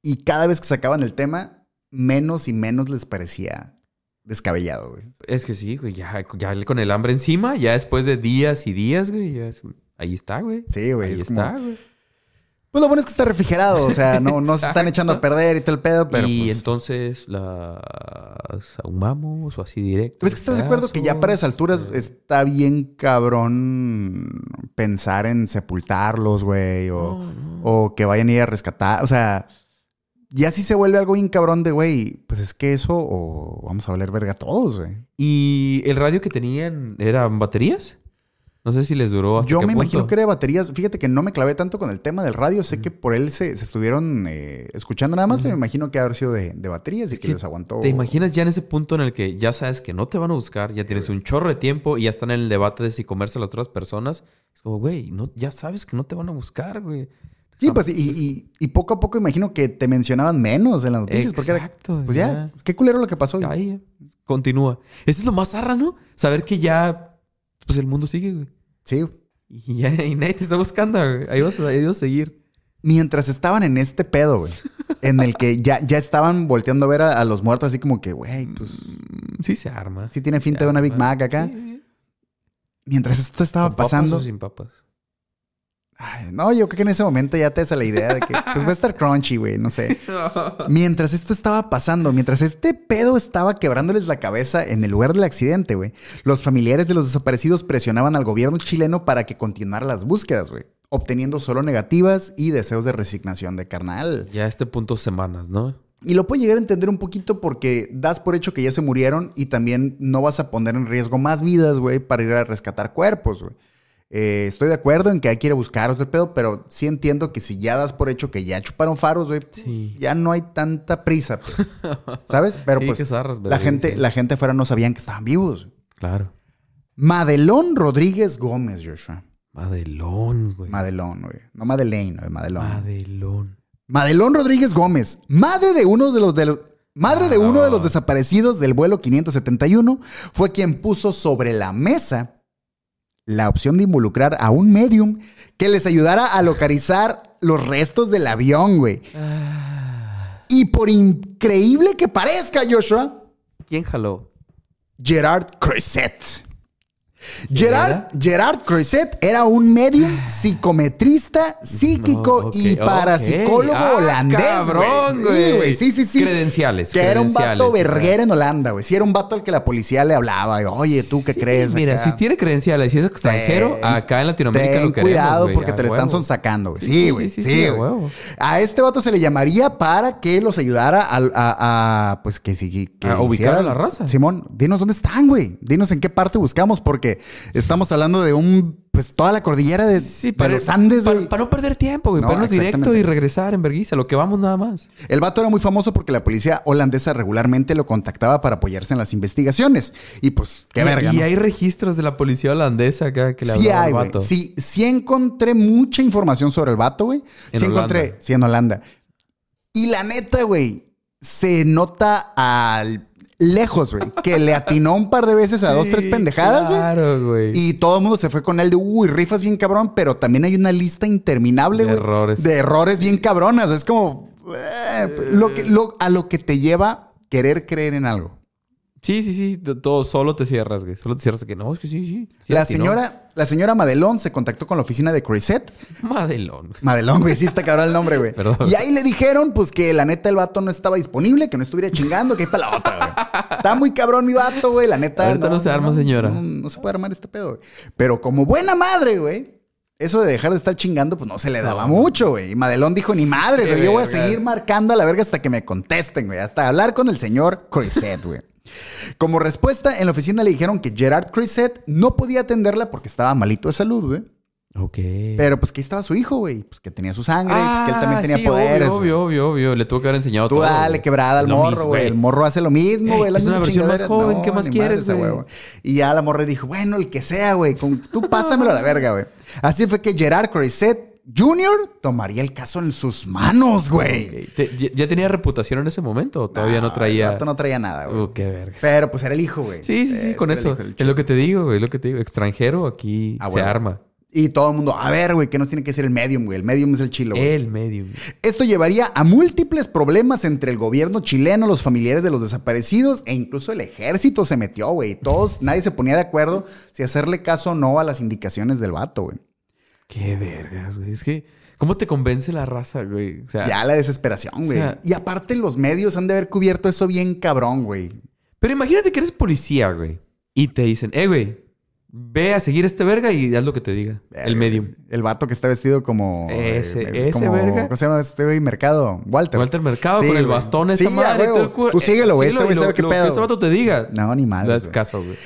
S3: y cada vez que sacaban el tema, menos y menos les parecía descabellado, güey.
S4: Es que sí, güey, ya, ya con el hambre encima, ya después de días y días, güey, ya es- ahí está, güey.
S3: Sí, güey.
S4: ahí
S3: Es
S4: está,
S3: como.
S4: güey.
S3: Pues lo bueno es que está refrigerado. O sea, no, no se están
S4: Exacto.
S3: echando a perder y todo el pedo, pero.
S4: y
S3: pues,
S4: entonces las ahumamos o así directo.
S3: Pues que estás de acuerdo que ya para esas alturas
S4: Eh,
S3: está bien cabrón pensar en sepultarlos, güey, o,
S4: No, no.
S3: o que vayan a ir a rescatar. O sea, ya si se vuelve algo bien cabrón de, güey, pues es que eso o vamos a valer verga todos, güey.
S4: ¿Y el radio que tenían eran baterías? No sé si les duró hasta
S3: Yo
S4: qué
S3: me imagino
S4: punto.
S3: que era de baterías. Fíjate que no me clavé tanto con el tema del radio. Sé que por él se, se estuvieron eh, escuchando nada más, pero me imagino que haber sido de, de baterías y
S4: Es
S3: que,
S4: que
S3: los aguantó.
S4: ¿Te imaginas ya en ese punto en el que ya sabes que no te van a buscar, ya tienes un chorro de tiempo y ya están en el debate de si comerse a las otras personas? Es como, güey, no, ya sabes que no te van a buscar, güey.
S3: Sí, pues y, y- y poco a poco imagino que te mencionaban menos en las noticias porque era
S4: Exacto,
S3: Pues ya, qué culero lo que pasó. güey.
S4: Ahí, eh, continúa. Eso es lo más zarra, ¿no? Saber que ya, pues el mundo sigue, güey.
S3: Sí.
S4: Y ya y nadie te está buscando, güey. Ahí vas, a- ahí vas a seguir.
S3: Mientras estaban en este pedo, güey, en el que ya, ya estaban volteando a ver a, a los muertos, así como que, güey, pues
S4: Mm, Sí se arma.
S3: sí tiene finta de una Big Mac acá. Mientras esto estaba pasando,
S4: sin papas?
S3: ay, no, yo creo que en ese momento ya te hace la idea de que, pues va a estar crunchy, güey, no sé. Mientras esto estaba pasando, mientras este pedo estaba quebrándoles la cabeza en el lugar del accidente, güey, los familiares de los desaparecidos presionaban al gobierno chileno para que continuara las búsquedas, güey, obteniendo solo negativas y deseos de resignación de carnal.
S4: Ya a este punto semanas, ¿no?
S3: Y lo puedo llegar a entender un poquito porque das por hecho que ya se murieron y también no vas a poner en riesgo más vidas, güey, para ir a rescatar cuerpos, güey. Eh, estoy de acuerdo en que hay que ir a buscar otro pedo, pero sí entiendo que si ya das por hecho que ya chuparon faros, güey, pues,
S4: Sí.
S3: ya no hay tanta prisa,
S4: (laughs)
S3: pues, ¿sabes? Pero
S4: Sí, que
S3: pues
S4: zarras,
S3: la
S4: pero
S3: gente,
S4: sí.
S3: la gente afuera no sabían que estaban vivos.
S4: Claro.
S3: Madelón Rodríguez Gómez, Joshua.
S4: Madelón, güey.
S3: Madelón, güey. No Madeleine, güey, Madelón.
S4: Madelón.
S3: Madelón Rodríguez Gómez, madre de uno de los, de los- madre de uno de los desaparecidos del vuelo 571, fue quien puso sobre la mesa la opción de involucrar a un medium que les ayudara a localizar los restos del avión, güey. Y por increíble que parezca, Joshua,
S4: ¿Quién jaló?
S3: Gerard Croisset.
S4: ¿Quién
S3: Gerard, Gerard Croisset era un medium psicometrista, psíquico
S4: Ah. No, ok,
S3: y parapsicólogo
S4: ok. Ah,
S3: holandés.
S4: Cabrón,
S3: Sí,
S4: güey.
S3: Sí, sí, sí.
S4: Credenciales.
S3: Que era un vato
S4: credenciales,
S3: verguero en Holanda, güey. Sí, era un vato al que la policía le hablaba. y, Oye, ¿tú qué crees?
S4: Mira,
S3: acá?
S4: si tiene credenciales y es extranjero,
S3: Ten-
S4: acá en Latinoamérica
S3: Este, ten
S4: lo queremos,
S3: cuidado
S4: güey,
S3: porque
S4: a
S3: te lo están
S4: huevo.
S3: sonsacando, güey.
S4: Sí, sí,
S3: Sí,
S4: sí,
S3: güey.
S4: sí,
S3: Sí,
S4: sí, a
S3: güey.
S4: huevo.
S3: A este vato se le llamaría para que los ayudara a, a- a, pues que si que
S4: A ubicar
S3: hicieran-
S4: a la raza.
S3: Simón, dinos dónde están, güey. Dinos en qué parte buscamos porque estamos hablando de un pues toda la cordillera de, de los Andes,
S4: para,
S3: güey.
S4: para no perder tiempo, güey.
S3: No,
S4: para irnos directo
S3: exactamente.
S4: y regresar en vergüenza. Lo que vamos nada más.
S3: El vato era muy famoso porque la policía holandesa regularmente lo contactaba para apoyarse en las investigaciones y pues qué
S4: Y-
S3: verga.
S4: Y,
S3: ¿no?
S4: hay registros de la policía holandesa acá que le
S3: Sí
S4: hablaba al
S3: hay, güey.
S4: vato.
S3: Sí, sí encontré mucha información sobre el vato, güey.
S4: En
S3: Sí encontré,
S4: Holanda.
S3: sí, en Holanda. Y la neta, güey, se nota al lejos, güey, que le atinó un par de veces a dos, tres
S4: Sí,
S3: pendejadas, güey.
S4: Claro, güey.
S3: Y todo el mundo se fue con él de, uy, rifas bien cabrón, pero también hay una lista interminable,
S4: De
S3: güey.
S4: errores.
S3: De errores bien cabronas. Es como, eh, lo que, lo- a lo que te lleva querer creer en algo.
S4: Sí, sí, sí. t- Todo solo te cierras, güey. Solo te cierras de que no, es que sí, sí. sí,
S3: la
S4: a ti no.
S3: señora, la señora Madelón se contactó con la oficina de Croisset
S4: Madelón. güey.
S3: (laughs) Madelón, güey, sí está cabrón el nombre, güey.
S4: Perdón.
S3: Y ahí le dijeron, pues, que la neta el vato no estaba disponible, que no estuviera chingando, que ahí para la otra, güey. Está muy cabrón mi vato, güey, la neta.
S4: Ahorita no se arma, señora.
S3: No, no se puede armar este pedo, güey. Pero como buena madre, güey, eso de dejar de estar chingando, pues no se le daba
S4: No.
S3: mucho, güey. Y Madelón dijo, ni madre,
S4: Qué
S3: güey, yo voy a
S4: verga.
S3: seguir marcando a la verga hasta que me contesten, güey. Hasta hablar con el señor Croisset, güey. Como respuesta, en la oficina le dijeron que Gerard Croisset no podía atenderla porque estaba malito de salud, güey.
S4: Ok.
S3: Pero pues que ahí estaba su hijo, güey. Pues que tenía su sangre, pues que él también
S4: Ah,
S3: tenía
S4: sí,
S3: poderes.
S4: Obvio,
S3: güey.
S4: obvio, obvio, obvio. Le tuvo que haber enseñado
S3: Tú
S4: todo.
S3: dale
S4: güey.
S3: quebrada al
S4: Lo
S3: morro,
S4: mismo,
S3: güey. El morro hace lo mismo,
S4: Ey,
S3: güey. las
S4: es una
S3: mismas
S4: versión más
S3: chingaderas.
S4: joven, ¿qué más
S3: ni madres,
S4: quieres,
S3: esa
S4: güey?
S3: huevo. Y ya la morra dijo, bueno, el que sea, güey.
S4: (laughs)
S3: con- Tú pásamelo a la verga, güey. Así fue que Gerard Croisset Jr. tomaría el caso en sus manos, güey.
S4: Ok. ¿Te- ya, ya tenía reputación en ese momento? ¿O todavía no,
S3: el
S4: traía?
S3: vato no traía nada, güey.
S4: Uh, qué verga.
S3: Pero pues era el hijo, güey.
S4: Sí, sí, sí,
S3: Eh,
S4: con
S3: era el
S4: eso.
S3: hijo del
S4: Es lo que te digo, güey. Es lo que te digo. Extranjero aquí
S3: Ah,
S4: se
S3: huevo.
S4: arma.
S3: Y todo el mundo, a ver, güey, ¿qué nos tiene que decir el medium, güey? El medium es el chilo, güey.
S4: El medium.
S3: Esto llevaría a múltiples problemas entre el gobierno chileno, los familiares de los desaparecidos e incluso el ejército se metió, güey.
S4: (laughs)
S3: Todos, nadie se ponía de acuerdo si hacerle caso o no a las indicaciones del vato, güey.
S4: Qué vergas, güey. Es que, ¿cómo te convence la raza, güey? O sea,
S3: Ya la desesperación, güey.
S4: Ah. sea-
S3: y aparte los medios han de haber cubierto eso bien cabrón, güey.
S4: pero imagínate que eres policía, güey. Y te dicen, eh, güey, ve a seguir a este verga y haz lo que te diga. el medium.
S3: Eh, El vato que está vestido como...
S4: Ese-
S3: eh,
S4: ese verga.
S3: ¿Cómo se llama este güey? Mercado. Walter.
S4: Walter Mercado
S3: Sí,
S4: con el
S3: güey.
S4: bastón esa
S3: Sí, a
S4: madre. y todo
S3: huevo.
S4: el cura.
S3: Tú síguelo, güey.
S4: Eh,
S3: Ese güey
S4: y
S3: sabe
S4: lo-
S3: qué
S4: lo
S3: pedo.
S4: Que ese vato te diga.
S3: No, ni mal.
S4: le das caso, güey.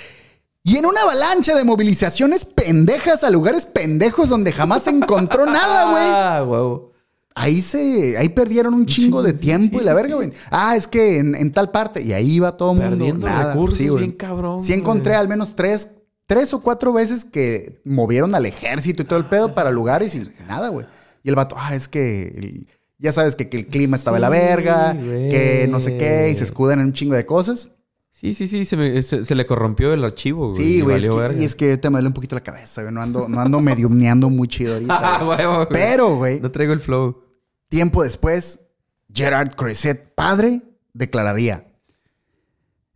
S3: Y en una avalancha de movilizaciones pendejas a lugares pendejos donde jamás se encontró nada, güey.
S4: Ah, huevo.
S3: Ahí se, ahí perdieron un chingo de
S4: sí,
S3: tiempo
S4: sí,
S3: y la
S4: sí,
S3: verga,
S4: sí.
S3: güey. Ah, es que en, en tal parte. Y ahí va todo el mundo.
S4: Perdiendo
S3: nada.
S4: recursos
S3: Sí, güey.
S4: bien cabrón.
S3: Sí encontré
S4: güey.
S3: al menos tres, tres o cuatro veces que movieron al ejército y todo
S4: Ah,
S3: el pedo para lugares y nada, güey. Y el vato, ah, es que el- ya sabes que, que el clima estaba de la
S4: Sí,
S3: verga, que no sé
S4: güey.
S3: qué, y se escudan en un chingo de cosas.
S4: Sí, sí, sí. Se, me- se- se le corrompió el archivo, güey.
S3: Sí,
S4: y
S3: güey, es
S4: valió
S3: que,
S4: verga. (laughs)
S3: y es que te me duele un poquito la cabeza, güey. No ando, no ando mediumneando muy chido ahorita.
S4: (laughs) Ah,
S3: güey.
S4: huevo, güey.
S3: Pero, güey,
S4: No traigo el flow.
S3: tiempo después, Gerard Cresset, padre, declararía.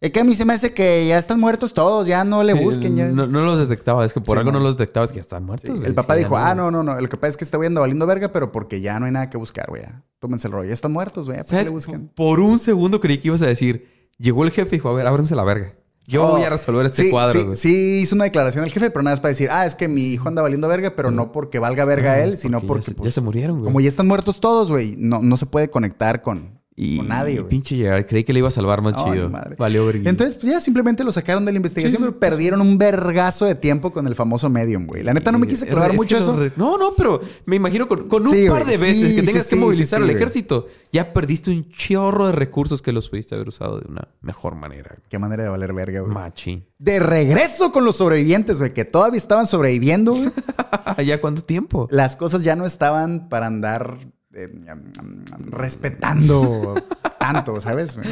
S3: Es que a mí se me hace que ya están muertos todos, ya no le
S4: Sí,
S3: busquen. Ya.
S4: No, no los detectaba. Es que por
S3: Sí,
S4: algo no
S3: man.
S4: los detectaba. Es que ya están
S3: Sí,
S4: muertos, güey.
S3: el papá
S4: Sí, ya
S3: dijo, ah, no, no, no, lo que pasa es que este güey anda valiendo verga, pero porque ya no hay nada que buscar, güey. ya. Tómense el rollo, ya están muertos, güey, ¿para qué
S4: ¿Sabes?
S3: le buscan?
S4: Por un segundo creí que ibas a decir, llegó el jefe y dijo, a ver, ábranse la verga. Yo
S3: Oh,
S4: voy a resolver este
S3: sí,
S4: cuadro.
S3: Sí,
S4: güey".
S3: sí, hizo una declaración el jefe, pero nada es para decir, ah, es que mi hijo anda valiendo verga, pero no porque valga verga
S4: Mm. Ah,
S3: él,
S4: es
S3: sino
S4: ya
S3: porque
S4: se- ya,
S3: pues,
S4: se murieron, güey.
S3: Como ya están muertos todos, güey, no, no se puede conectar con,
S4: y
S3: con nadie,
S4: y
S3: güey.
S4: pinche llegar, creí que le iba a salvar más
S3: No, ni
S4: chido.
S3: madre.
S4: Valió verga.
S3: Entonces, pues ya simplemente lo sacaron de la investigación,
S4: Sí, sí.
S3: pero perdieron un vergazo de tiempo con el famoso medium, güey. La neta no me
S4: Eh,
S3: quise clavar mucho eso.
S4: No, no, pero me imagino con, con un
S3: Sí,
S4: par
S3: güey.
S4: de veces
S3: Sí,
S4: que
S3: sí,
S4: tengas
S3: sí,
S4: que
S3: sí,
S4: movilizar
S3: sí,
S4: al
S3: güey.
S4: ejército, ya perdiste un chorro de recursos que los pudiste haber usado de una mejor manera. güey.
S3: Qué manera de valer verga, güey.
S4: Machín.
S3: De regreso con los sobrevivientes, güey, que todavía estaban sobreviviendo, güey.
S4: Ah, ¿Ya cuánto tiempo?
S3: Las cosas ya no estaban para andar eh, am, am, am, respetando tanto, ¿sabes? güey?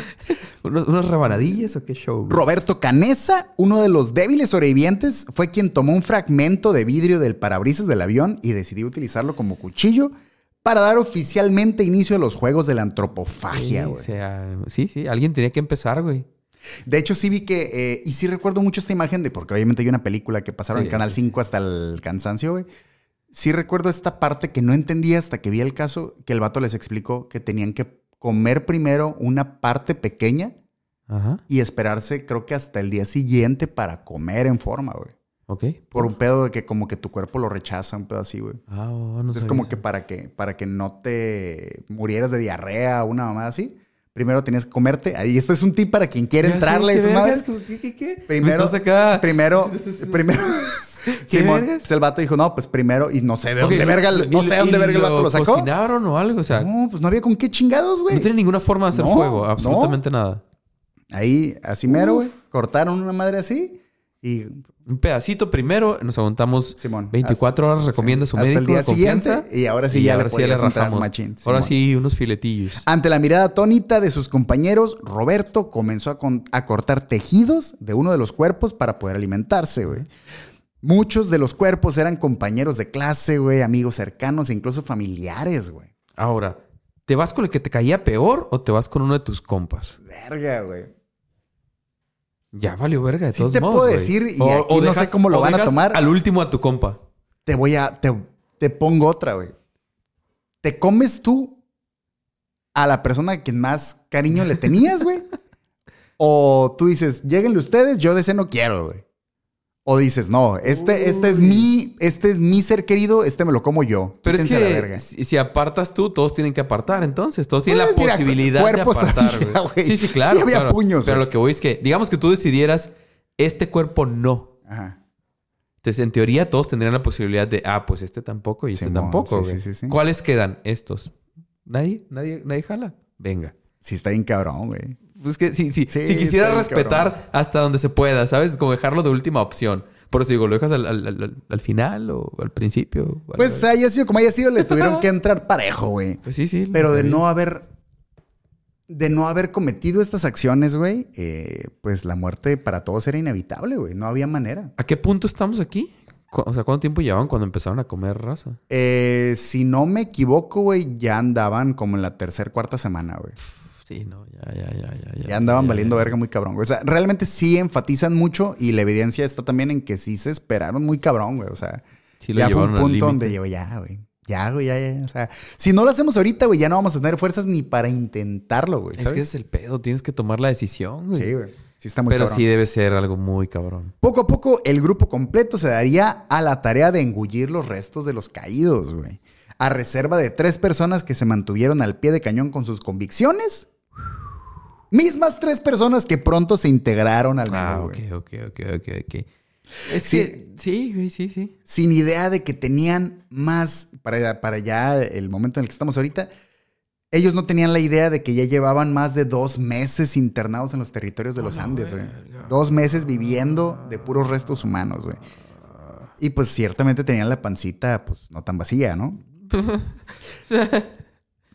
S4: ¿Unos- ¿Unas rebanadillas o qué show? güey?
S3: Roberto Canesa, uno de los débiles sobrevivientes, fue quien tomó un fragmento de vidrio del parabrisas del avión y decidió utilizarlo como cuchillo para dar oficialmente inicio a los juegos de la antropofagia,
S4: Sí,
S3: güey.
S4: o sea, sí, sí, alguien tenía que empezar, güey.
S3: De hecho, sí vi que, eh, y sí recuerdo mucho esta imagen de, porque obviamente hay una película que pasaron en
S4: Sí.
S3: Canal 5 hasta el cansancio, güey. Sí recuerdo esta parte que no entendí hasta que vi el caso, que el vato les explicó que tenían que comer primero una parte pequeña
S4: Ajá.
S3: y esperarse, creo que hasta el día siguiente para comer en forma, güey.
S4: Ok.
S3: Por un pedo de que como que tu cuerpo lo rechaza, un pedo así, güey.
S4: Ah, oh, no
S3: Entonces,
S4: sabía
S3: como
S4: eso.
S3: que para que, para que no te murieras de diarrea o una mamada así, primero tenías que comerte. Ahí esto es un tip para quien quiere
S4: Ya sé,
S3: entrarle a
S4: ¿qué
S3: esas
S4: vergas?
S3: madres.
S4: Como, ¿Qué, qué, qué? Me
S3: Primero-
S4: estás acá. (laughs)
S3: Primero, primero.
S4: ¿Qué
S3: Simón,
S4: vergas?
S3: pues el vato dijo, no, pues primero, y no sé de dónde
S4: Ok,
S3: verga,
S4: y-
S3: no sé
S4: y-
S3: dónde
S4: y
S3: verga el vato lo sacó.
S4: ¿Cocinaron o algo? O sea, no,
S3: No, pues no había con qué chingados, güey.
S4: tiene ninguna forma de hacer
S3: No,
S4: fuego,
S3: no.
S4: absolutamente nada.
S3: Ahí, así mero, güey. Cortaron una madre así y
S4: Un pedacito primero, nos aguantamos
S3: Simón.
S4: 24 horas, recomienda su
S3: hasta
S4: médico
S3: el día
S4: de confianza.
S3: siguiente. Y ahora sí ya le podías entrar
S4: rajamos.
S3: machín.
S4: Ahora
S3: Simón.
S4: sí, unos filetillos.
S3: Ante la mirada atónita de sus compañeros, Roberto comenzó a, con- a cortar tejidos de uno de los cuerpos para poder alimentarse, güey. Muchos de los cuerpos eran compañeros de clase, güey, amigos cercanos e incluso familiares, güey.
S4: Ahora, ¿te vas con el que te caía peor o te vas con uno de tus compas?
S3: Verga, güey.
S4: Ya valió verga, de
S3: Sí
S4: todos
S3: te
S4: modos,
S3: puedo
S4: güey.
S3: decir, y aquí no sé cómo lo
S4: o
S3: van a
S4: dejas
S3: tomar.
S4: Al último a tu compa.
S3: Te voy a. Te, te pongo otra, güey. Te comes tú a la persona a quien más cariño le tenías, güey. o tú dices, lléguenle ustedes, yo de ese no quiero, güey. O dices, no, este, este es
S4: Uy.
S3: mi, este es mi ser querido, este me lo como yo.
S4: Pero es
S3: Quítense a la
S4: que
S3: verga.
S4: si, si apartas tú, todos tienen que apartar, entonces. Todos tienen la
S3: Pues, mira,
S4: posibilidad de
S3: cuerpos
S4: apartar,
S3: había,
S4: güey.
S3: (laughs) güey.
S4: Sí, sí, claro.
S3: Sí había
S4: claro.
S3: puños,
S4: Pero
S3: güey.
S4: lo que voy es que, digamos que tú decidieras, este cuerpo no.
S3: Ajá.
S4: Entonces Entonces, en teoría, todos tendrían la posibilidad de, ah, pues este tampoco y este
S3: Simón,
S4: tampoco.
S3: sí,
S4: güey.
S3: sí, sí, sí.
S4: ¿Cuáles quedan? Estos. ¿Nadie? ¿Nadie? ¿Nadie jala? Venga.
S3: Sí, está bien cabrón, güey.
S4: Pues que si, si,
S3: Sí,
S4: si quisiera
S3: está bien,
S4: respetar
S3: cabrón.
S4: hasta donde se pueda, ¿sabes? Como dejarlo de última opción. Por eso digo, ¿lo dejas al, al- al- al final o al principio? O al-
S3: Pues haya sido como haya sido, le
S4: (laughs)
S3: tuvieron que entrar parejo, güey.
S4: Pues sí, sí.
S3: Pero de
S4: está
S3: no haber. De no haber cometido estas acciones, güey, eh, pues la muerte para todos era inevitable, güey. No había manera.
S4: ¿A qué punto estamos aquí? Cu- O sea, ¿cuánto tiempo llevaban cuando empezaron a comer raza?
S3: Eh, si no me equivoco, güey, ya andaban como en la tercera, cuarta semana, güey.
S4: Pf, Sí, no, ya, ya, ya, ya.
S3: Ya andaban
S4: ya,
S3: valiendo
S4: ya.
S3: verga muy cabrón, güey. O sea, realmente sí enfatizan mucho y la evidencia está también en que sí se esperaron muy cabrón, güey. O sea,
S4: Sí lo
S3: ya fue un
S4: llevaron al
S3: punto donde
S4: límite.
S3: yo, ya, güey. Ya, güey, ya, ya. O sea, si no lo hacemos ahorita, güey, ya no vamos a tener fuerzas ni para intentarlo, güey.
S4: Es que ese
S3: ¿sabes?
S4: es el pedo, tienes que tomar la decisión, güey.
S3: Sí, güey. Sí está muy
S4: Pero
S3: cabrón.
S4: sí debe ser algo muy cabrón.
S3: Poco a poco, el grupo completo se daría a la tarea de engullir los restos de los caídos, güey. A reserva de tres personas que se mantuvieron al pie de cañón con sus convicciones. Mismas tres personas que pronto se integraron al
S4: Ah,
S3: grupo,
S4: ok,
S3: güey.
S4: ok, ok, ok, ok. Es
S3: Sí.
S4: que, sí, güey, sí, sí.
S3: Sin idea de que tenían más, para, para ya el momento en el que estamos ahorita, ellos no tenían la idea de que ya llevaban más de dos meses internados en los territorios
S4: Ah,
S3: de los Andes, güey. Dos meses viviendo de puros restos humanos, güey. Y pues ciertamente tenían la pancita, pues no tan vacía,
S4: (laughs)
S3: ¿no?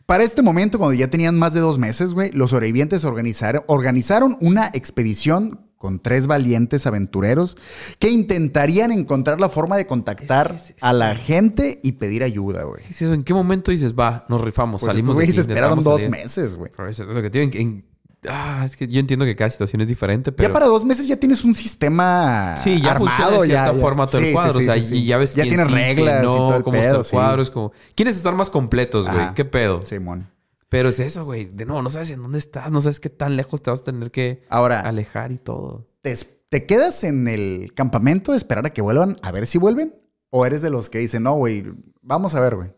S3: Para este momento, cuando ya tenían más de dos meses, güey, los sobrevivientes organizaron, organizaron una expedición con tres valientes aventureros que intentarían encontrar la forma de contactar
S4: Es este que es-
S3: a la gente y pedir ayuda, güey.
S4: ¿Qué es eso? ¿En qué momento dices, va, nos
S3: Pues
S4: rifamos,
S3: estos
S4: salimos de
S3: güeyes
S4: aquí,
S3: esperaron
S4: intentamos
S3: dos
S4: salir"?
S3: meses, güey.
S4: Pero eso es lo que te digo, en- en- ah, es que yo entiendo que cada situación es diferente, pero...
S3: Ya para dos meses ya tienes un sistema
S4: Sí, ya Ah, funciona
S3: armado,
S4: de
S3: ya,
S4: cierta
S3: ya.
S4: forma todo
S3: Sí,
S4: el
S3: sí, sí,
S4: cuadro. o sea,
S3: sí, sí.
S4: y ya ves
S3: Ya
S4: quién
S3: tiene
S4: sí, quién
S3: reglas y
S4: no,
S3: todo el
S4: cómo está
S3: pedo,
S4: el
S3: sí. Ah.
S4: cuadro, es como... ¿Quieres estar más completos, güey?
S3: Ajá.
S4: ¿Qué pedo?
S3: Simón.
S4: Pero es eso, güey. De nuevo, no sabes en dónde estás, no sabes qué tan lejos te vas a tener que
S3: Ahora,
S4: alejar y todo.
S3: ¿te, es- te quedas en el campamento a esperar a que vuelvan a ver si vuelven? ¿O eres de los que dicen, no, güey, vamos a ver, güey?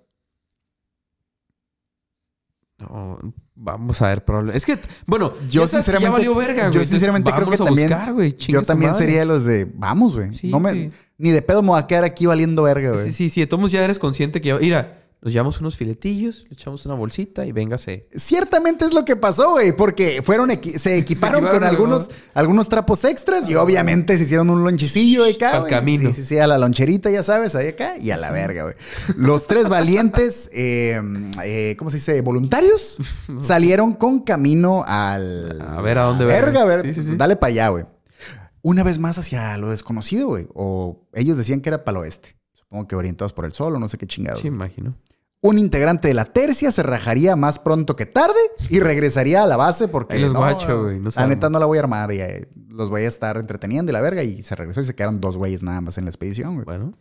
S4: No, vamos a ver, probablemente. Es que, bueno,
S3: Yo
S4: ya sabes que
S3: sinceramente-
S4: ya valió verga,
S3: yo
S4: güey. Entonces,
S3: sinceramente creo
S4: vámonos
S3: que
S4: a
S3: también-
S4: buscar, güey. Chingue
S3: Yo
S4: su
S3: también
S4: madre.
S3: sería de los de, vamos, güey.
S4: Sí,
S3: no me,
S4: sí.
S3: Ni de pedo me voy a quedar aquí valiendo verga, güey.
S4: Sí, sí, sí. Todos ya eres consciente que ya. Mira, nos llevamos unos filetillos, le echamos una bolsita y véngase.
S3: Ciertamente es lo que pasó, güey, porque fueron equi-
S4: (laughs)
S3: se equiparon
S4: equiparon,
S3: con
S4: ¿no?
S3: algunos, algunos trapos extras y obviamente se hicieron un lonchicillo ahí acá.
S4: Al
S3: güey.
S4: camino.
S3: Sí, sí, sí, a la loncherita, ya sabes, ahí acá y a la verga, güey. Los tres
S4: (laughs)
S3: valientes, eh, eh, ¿cómo se dice? Voluntarios, salieron con camino al.
S4: A ver a dónde
S3: verga,
S4: vergas.
S3: a ver,
S4: Sí, sí, sí.
S3: dale para allá, güey. Una vez más hacia lo desconocido, güey. O ellos decían que era para el oeste. Supongo que orientados por el sol o no sé qué chingados.
S4: Sí, imagino.
S3: Un integrante de la tercia se rajaría más pronto que tarde y regresaría a la base porque.
S4: Ahí los
S3: no,
S4: guacho, güey, no se
S3: la
S4: arma.
S3: neta no la voy a armar y eh, los voy a estar entreteniendo y la verga. Y se regresó y se quedaron dos güeyes nada más en la expedición, güey.
S4: Bueno.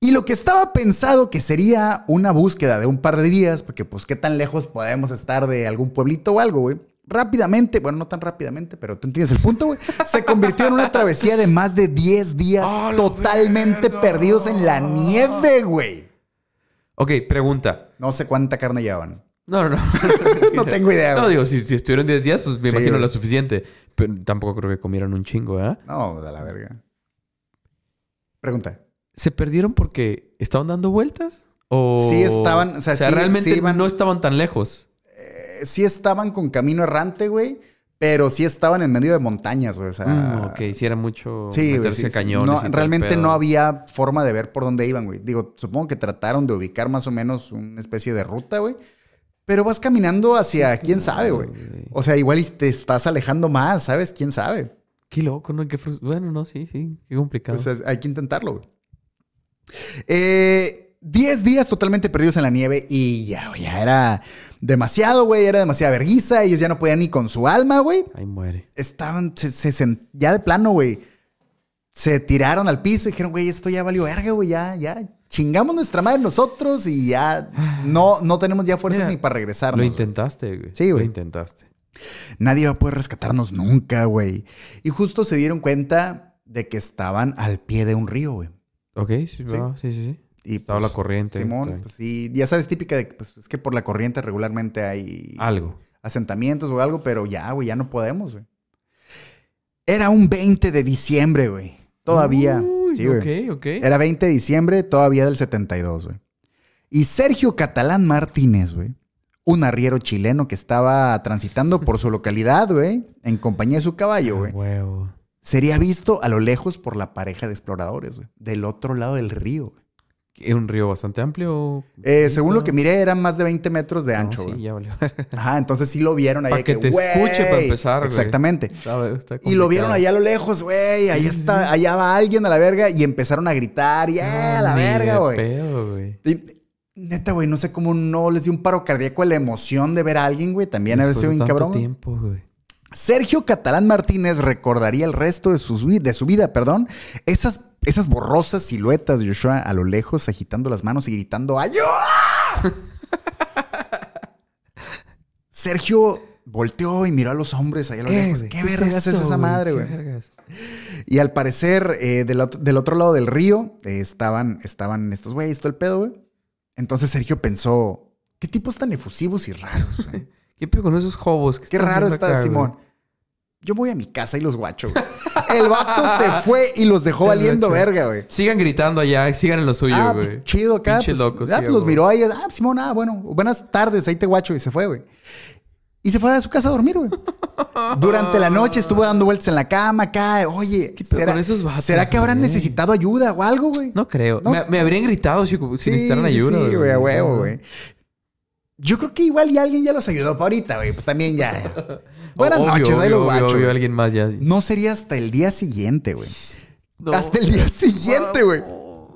S3: Y lo que estaba pensado que sería una búsqueda de un par de días, porque pues qué tan lejos podemos estar de algún pueblito o algo, güey. Rápidamente, bueno, no tan rápidamente, pero tú entiendes el punto, güey. Se convirtió en una travesía de más de 10 días
S4: ¡A la
S3: totalmente
S4: verga!
S3: perdidos en la nieve, güey.
S4: Ok, pregunta.
S3: No sé cuánta carne llevaban.
S4: No, no, no.
S3: (laughs) No tengo idea,
S4: No,
S3: güey.
S4: digo, si, si estuvieron 10 días, pues me
S3: Sí,
S4: imagino
S3: güey.
S4: lo suficiente. Pero tampoco creo que comieran un chingo, ¿eh? ¿verdad?
S3: No, a la verga. Pregunta.
S4: ¿Se perdieron porque estaban dando vueltas? O...
S3: Sí estaban, o sea, sí-
S4: realmente
S3: sí iban-
S4: no estaban tan lejos.
S3: Eh, sí estaban con camino errante, güey, pero sí estaban en medio de montañas, güey. O sea,
S4: Mm, ok, si era mucho
S3: Ah. Sí, güey,
S4: meterse
S3: sí, sí.
S4: cañones. y
S3: No,
S4: todo el
S3: realmente
S4: pedo.
S3: no había forma de ver por dónde iban, güey. Digo, supongo que trataron de ubicar más o menos una especie de ruta, güey. Pero vas caminando hacia quién sabe, güey. O sea, igual y te estás alejando más, ¿sabes? ¿Quién sabe?
S4: Qué loco, ¿no? Qué frus- Bueno, no, sí, sí. Qué complicado.
S3: O sea, hay que intentarlo, güey. Eh, Diez días totalmente perdidos en la nieve y ya, güey, ya era demasiado, güey. Era demasiada vergüenza. Ellos ya no podían ni con su alma, güey.
S4: Ahí muere.
S3: estaban, se, se sen- ya de plano, güey, se tiraron al piso y dijeron, güey, esto ya valió verga, güey, ya, ya chingamos nuestra madre nosotros y ya no, no tenemos ya fuerzas
S4: Mira,
S3: ni para regresarnos.
S4: Lo
S3: güey.
S4: intentaste, güey.
S3: Sí, güey.
S4: Lo intentaste.
S3: Nadie va a poder rescatarnos nunca, güey. Y justo se dieron cuenta de que estaban al pie de un río, güey.
S4: Ok, sí, va, sí, sí. sí.
S3: Y
S4: Estaba
S3: pues,
S4: la corriente.
S3: Simón,
S4: trae.
S3: pues sí, ya sabes, típica de que pues, es que por la corriente regularmente hay
S4: Algo.
S3: asentamientos o algo, pero ya, güey, ya no podemos, güey. Era un 20 de diciembre, güey. Todavía
S4: Uy,
S3: Sí, güey.
S4: ok, ok.
S3: Era 20 de diciembre todavía del 72, güey. Y Sergio Catalán Martínez, güey. Un arriero chileno que estaba transitando por su localidad, güey, en compañía de su caballo, güey.
S4: Huevo.
S3: Sería visto a lo lejos por la pareja de exploradores, güey, del otro lado del río. güey.
S4: ¿Es un río bastante amplio?
S3: Eh, según lo que miré, eran más de 20 metros de
S4: No,
S3: ancho,
S4: sí,
S3: güey.
S4: ya valió. (laughs)
S3: Ajá, entonces sí lo vieron ahí.
S4: Pa'
S3: de
S4: que te
S3: "Güey".
S4: escuche para empezar, güey.
S3: Exactamente.
S4: Está- está
S3: Y lo
S4: complicado.
S3: vieron allá a lo lejos, güey. Ahí está, allá va alguien a la verga y empezaron a gritar, y "Ah, la
S4: Ni de
S3: verga, güey.
S4: pedo, güey.
S3: Y, Neta, güey, no sé cómo no les dio un paro cardíaco a la emoción de ver a alguien, güey. También haber sido
S4: Después de
S3: un
S4: tanto
S3: cabrón.
S4: tiempo, güey.
S3: Sergio Catalán Martínez recordaría el resto de, sus vi- de su vida, perdón, esas, esas borrosas siluetas de Joshua a lo lejos, agitando las manos y gritando ¡Ayuda!
S4: (laughs)
S3: Sergio volteó y miró a los hombres ahí a lo
S4: Eh,
S3: lejos.
S4: güey,
S3: ¿Qué, vergas es
S4: eso,
S3: esa madre,
S4: ¿Qué
S3: güey?
S4: vergas?
S3: Y al parecer, eh, del, ot- del otro lado del río, eh, estaban, estaban estos güeyes, todo el pedo, güey. Entonces Sergio pensó, ¿qué tipos tan efusivos y raros, güey?
S4: ¿Qué pedo con esos hobos?
S3: Qué raro está Simón. Yo voy a mi casa y los guacho, güey. El vato se fue y los dejó
S4: El
S3: valiendo
S4: guacho.
S3: verga, güey.
S4: Sigan gritando allá, sigan en lo suyo,
S3: Ah,
S4: güey.
S3: pues, chido acá.
S4: Pinche
S3: pues,
S4: locos,
S3: ah,
S4: sí,
S3: pues, los
S4: güey.
S3: miró ahí. Ah, Simón, ah, bueno. Buenas tardes, ahí te guacho. Y se fue, güey. Y se fue a su casa a dormir, güey. Durante la noche estuvo dando vueltas en la cama acá. Oye,
S4: ¿Qué pedo
S3: ¿será,
S4: con esos vatos,
S3: ¿será que habrán
S4: güey?
S3: necesitado ayuda o algo, güey?
S4: No creo.
S3: No.
S4: Me, me habrían gritado si, si necesitaran ayuda.
S3: Sí, güey, a huevo, güey. Yo creo que igual ya alguien ya los ayudó para ahorita, güey. Pues también
S4: (laughs)
S3: ya. Buenas
S4: Obvio,
S3: noches, ahí
S4: obvio,
S3: los
S4: obvio,
S3: guacho.
S4: obvio,
S3: güey.
S4: alguien más ya.
S3: No sería hasta el día siguiente, güey.
S4: No.
S3: Hasta el día siguiente, güey.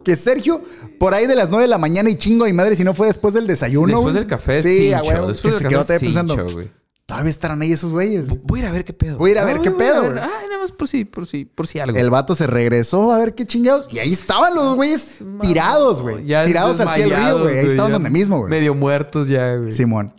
S3: Que Sergio, por ahí de las 9 de la mañana y chingo y madre, si no fue después del desayuno.
S4: Después
S3: güey.
S4: del café,
S3: Sí,
S4: sí,
S3: a huevo.
S4: Después
S3: que
S4: del
S3: se quedó
S4: café,
S3: todavía
S4: cincho,
S3: pensando.
S4: güey.
S3: Todavía estarán ahí esos güeyes. güey.
S4: Voy a ir a ver qué pedo.
S3: Voy a ir a
S4: Ah,
S3: ver qué
S4: voy
S3: pedo,
S4: ver.
S3: güey.
S4: Ay, nada más por si, por si, por si algo.
S3: El vato se regresó a ver qué chingados. Y ahí estaban los güeyes
S4: Mamá,
S3: tirados, güey.
S4: ya
S3: Tirados al pie del río,
S4: desmayados,
S3: güey. Ahí estaban
S4: ya
S3: donde mismo, güey.
S4: Medio muertos ya, güey.
S3: Simón.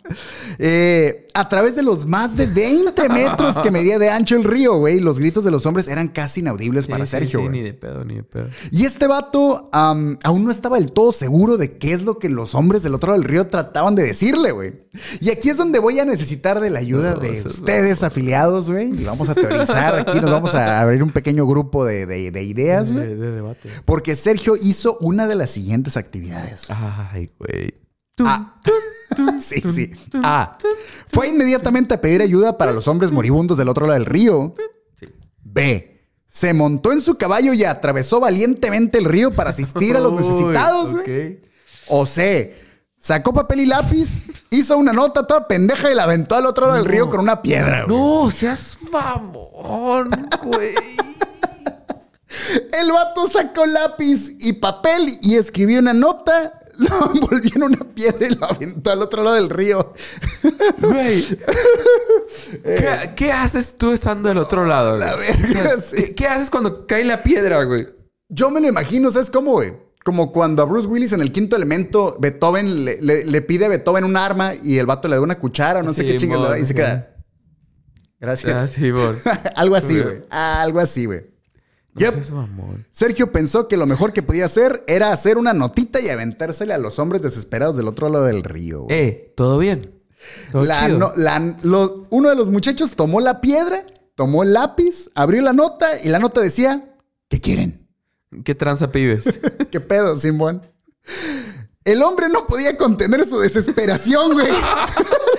S3: Eh, a través de los más de 20 metros que medía de ancho el río, güey, los gritos de los hombres eran casi inaudibles
S4: Sí,
S3: para
S4: sí,
S3: Sergio,
S4: sí,
S3: güey.
S4: ni de pedo, ni de pedo.
S3: Y este vato am, aún no estaba del todo seguro de qué es lo que los hombres del otro lado del río trataban de decirle, güey. Y aquí es donde voy a necesitar de la ayuda
S4: No,
S3: de
S4: eso es
S3: ustedes, afiliados, güey. Y vamos a teorizar aquí, nos vamos a abrir un pequeño grupo de, de- de ideas, güey.
S4: De, de debate.
S3: Porque Sergio hizo una de las siguientes actividades.
S4: Ay, güey.
S3: Ah. (laughs) Sí, sí. A. Fue inmediatamente a pedir ayuda para los hombres moribundos del otro lado del río.
S4: Sí.
S3: B. Se montó en su caballo y atravesó valientemente el río para asistir a los
S4: (laughs) Uy,
S3: necesitados, güey.
S4: ok.
S3: O C. Sacó papel y lápiz, hizo una nota toda pendeja y la aventó al otro lado del río con una piedra. güey.
S4: No, seas mamón, güey.
S3: El vato sacó lápiz y papel y escribió una nota, (laughs) lo envolvió en una piedra y la aventó al otro lado del río. (laughs)
S4: Güey. ¿Qué, qué haces tú estando del otro lado, güey?
S3: La verga, (laughs) sí.
S4: ¿Qué, qué haces cuando cae la piedra, güey?
S3: Yo me lo imagino, ¿sabes cómo, güey? Como cuando a Bruce Willis en el quinto elemento, Beethoven le, le- le pide a Beethoven un arma y el vato le da una cuchara o no sé
S4: Sí,
S3: qué chingas le da y
S4: mon,
S3: se
S4: sí.
S3: queda. Gracias.
S4: Ah, sí, vos.
S3: (laughs) Algo así,
S4: Sí.
S3: güey. Algo así, güey.
S4: No
S3: Yep.
S4: seas mamón.
S3: Sergio pensó que lo mejor que podía hacer era hacer una notita y aventársele a los hombres desesperados del otro lado del río, güey.
S4: Eh, ¿todo bien? ¿Todo
S3: La
S4: chido?
S3: no- la- lo- uno de los muchachos tomó la piedra, tomó el lápiz, abrió la nota y la nota decía, ¿qué quieren?
S4: ¿Qué
S3: (laughs)
S4: tranza pibes?
S3: ¿Qué pedo, Simón? El hombre no podía contener su desesperación,
S4: (laughs)
S3: güey. la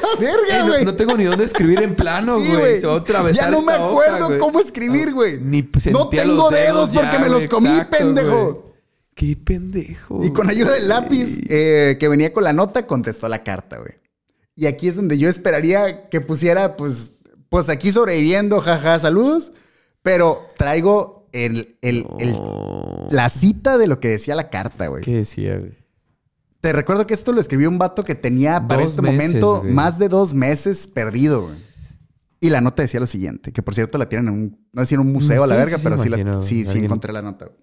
S4: Eh,
S3: verga,
S4: no,
S3: güey.
S4: no tengo ni dónde escribir en plano,
S3: Sí,
S4: güey. Se va a atravesar
S3: Ya no me
S4: esta hoja,
S3: acuerdo
S4: güey. Ah,
S3: cómo escribir, güey.
S4: Ni
S3: No
S4: sentía
S3: tengo
S4: los
S3: dedos,
S4: ya,
S3: porque me
S4: güey,
S3: los comí,
S4: exacto,
S3: pendejo.
S4: güey. Qué pendejo.
S3: Y con ayuda del
S4: güey.
S3: lápiz eh, que venía con la nota, contestó la carta, güey. Y aquí es donde yo esperaría que pusiera, pues, pues aquí sobreviviendo, jaja, saludos. Pero traigo el, el- el-
S4: Oh,
S3: la cita de lo que decía la carta, güey.
S4: ¿Qué decía, güey?
S3: Te recuerdo que esto lo escribió un vato que tenía para
S4: Dos
S3: este
S4: meses,
S3: momento
S4: güey.
S3: más de dos meses perdido, güey. Y la nota decía lo siguiente, que por cierto la tienen en un, no sé si en un museo a la
S4: Sí,
S3: verga,
S4: sí, sí,
S3: pero sí, la-
S4: imagino,
S3: sí, sí
S4: alguien-
S3: encontré la nota. güey.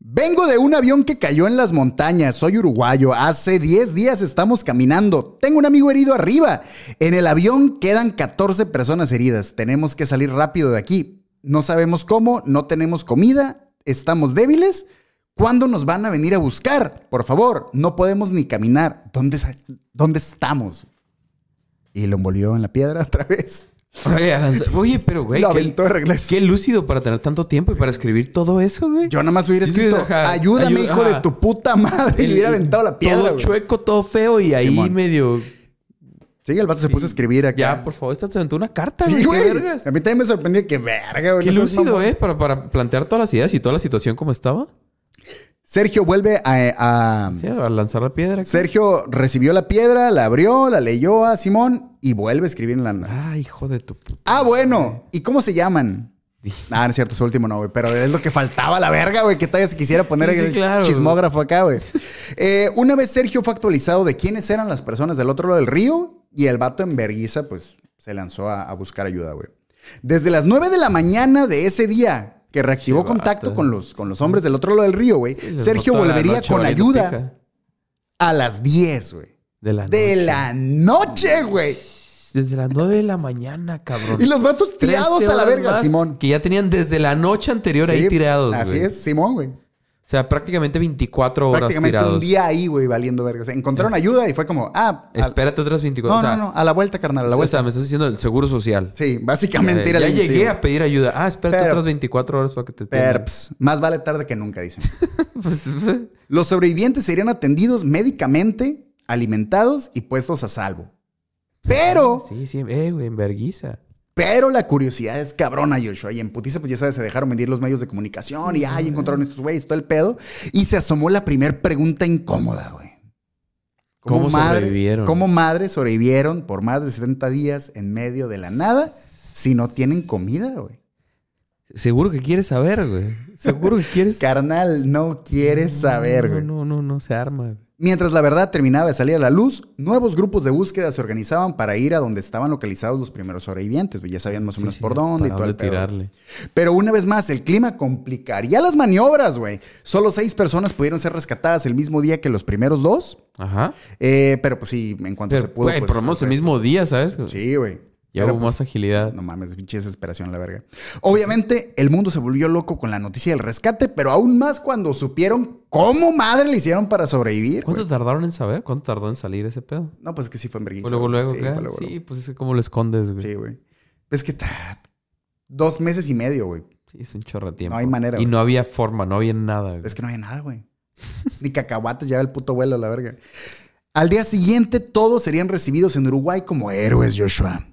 S3: Vengo de un avión que cayó en las montañas, soy uruguayo, hace 10 días estamos caminando, tengo un amigo herido arriba, en el avión quedan 14 personas heridas, tenemos que salir rápido de aquí, no sabemos cómo, no tenemos comida, estamos débiles, ¿Cuándo nos van a venir a buscar? Por favor, no podemos ni caminar. ¿Dónde, sa- dónde estamos? Y lo envolvió en la piedra (laughs) otra vez.
S4: Oye, Alan, oye, pero güey,
S3: Lo
S4: qué-
S3: aventó de regreso.
S4: Qué lúcido para tener tanto tiempo y para escribir todo eso, güey.
S3: Yo nada más hubiera
S4: Sí, sí,
S3: escrito,
S4: ajá,
S3: ayúdame,
S4: ayu-
S3: hijo
S4: ajá.
S3: de tu puta madre. Y le hubiera aventado la piedra,
S4: Todo
S3: güey.
S4: chueco, todo feo y ahí
S3: Simón.
S4: medio.
S3: Sí, el vato se puso a escribir acá.
S4: Ya, por favor, esta se aventó una carta,
S3: Sí, güey.
S4: güey. Qué
S3: A mí
S4: vergas.
S3: también me sorprendió. Qué verga, güey.
S4: Qué
S3: no seas
S4: lúcido,
S3: mamón.
S4: ¿eh? Para, para plantear todas las ideas y toda la situación como estaba.
S3: Sergio vuelve a... a-
S4: Sí, a lanzar la piedra. aquí.
S3: Sergio recibió la piedra, la abrió, la leyó a Simón y vuelve a escribir en la...
S4: Ay, hijo de tu puta.
S3: Ah, bueno. ¿Y cómo se
S4: (laughs)
S3: llaman? Ah, no es cierto, su último no, güey. Pero es lo que faltaba, la verga, güey. Que todavía se quisiera poner
S4: Sí, sí,
S3: el
S4: claro.
S3: chismógrafo acá, güey. Eh, una vez Sergio fue actualizado de quiénes eran las personas del otro lado del río y el vato en verguiza, pues, se lanzó a, a buscar ayuda, güey. Desde las 9 de la mañana de ese día que reactivó
S4: Qué
S3: contacto
S4: vato.
S3: con los, con los hombres del otro lado del río, güey, (laughs) Sergio
S4: Toda la
S3: volvería
S4: noche
S3: con
S4: valiendo
S3: ayuda
S4: pija.
S3: a las 10, güey.
S4: De la
S3: De
S4: noche.
S3: la noche, güey.
S4: Desde las 9 de la mañana, cabrón.
S3: (laughs) Y los vatos
S4: Trece
S3: tirados a la
S4: horas
S3: verga,
S4: más
S3: Simón.
S4: Que ya tenían desde la noche anterior ahí
S3: Sí,
S4: tirados.
S3: Así
S4: güey.
S3: es, Simón, güey.
S4: O sea, prácticamente 24 horas
S3: Prácticamente
S4: tirados.
S3: un día ahí, güey, valiendo verga. O sea, encontraron ayuda y fue como, ah, a-
S4: Espérate otras 24.
S3: no,
S4: o sea,
S3: no, no, a la vuelta, carnal, a la
S4: o
S3: vuelta.
S4: sea, me estás diciendo el seguro social.
S3: Sí, básicamente era
S4: ya
S3: el
S4: llegué
S3: sí,
S4: a pedir ayuda. Ah, espérate
S3: Pero-
S4: otras 24 horas para que te atiendan. (laughs)
S3: Perps, pues, más vale tarde que nunca, dicen.
S4: Pues,
S3: (laughs) Los sobrevivientes serían atendidos médicamente, alimentados y puestos a salvo. Pero,
S4: Sí, sí. Eh, güey, en verguiza.
S3: pero la curiosidad es cabrona, Joshua. Y en putiza, pues ya sabes, se dejaron venir los medios de comunicación y ay, encontraron estos güeyes, todo el pedo. Y se asomó la primer pregunta incómoda, güey.
S4: ¿Cómo
S3: madre-
S4: sobrevivieron?
S3: ¿Cómo madres sobrevivieron por más de 70 días en medio de la nada si no tienen comida, güey?
S4: Seguro que quieres saber, güey. Seguro que
S3: (laughs)
S4: quieres.
S3: Carnal, no quieres saber,
S4: No,
S3: güey.
S4: No, no, no, se arma. güey.
S3: Mientras la verdad terminaba de salir a la luz, nuevos grupos de búsqueda se organizaban para ir a donde estaban localizados los primeros sobrevivientes. güey. Ya sabían más o menos
S4: Sí, sí,
S3: por dónde y
S4: para
S3: todo el
S4: dónde
S3: pedo.
S4: tirarle.
S3: Pero una vez más, el clima complicaría las maniobras, güey. Solo seis personas pudieron ser rescatadas el mismo día que los primeros dos.
S4: Ajá.
S3: Eh, pero pues sí, en cuanto
S4: Pero,
S3: se pudo.
S4: güey,
S3: pues,
S4: por lo menos el
S3: pues,
S4: mismo día, ¿sabes?
S3: Sí, güey.
S4: Ya
S3: Pero,
S4: hubo
S3: pues,
S4: más agilidad.
S3: No mames, pinche desesperación, la verga. Obviamente, el mundo se volvió loco con la noticia del rescate, pero aún más cuando supieron cómo madre le hicieron para sobrevivir.
S4: ¿Cuánto
S3: güey.
S4: tardaron en saber? ¿Cuánto tardó en salir ese pedo?
S3: No, pues es que sí fue en vergüenza.
S4: Fue luego, luego,
S3: Sí,
S4: acá.
S3: fue luego,
S4: Sí,
S3: luego.
S4: pues es que cómo lo escondes, güey.
S3: Sí, güey. Es que ta- dos meses y medio, güey.
S4: Sí, es un chorro de tiempo.
S3: hay manera,
S4: Y
S3: güey.
S4: no había forma, no había nada, güey.
S3: Es que no había nada, güey. (laughs) Ni cacahuates, ya el puto vuelo, la verga. Al día siguiente, todos serían recibidos en Uruguay como héroes, Joshua.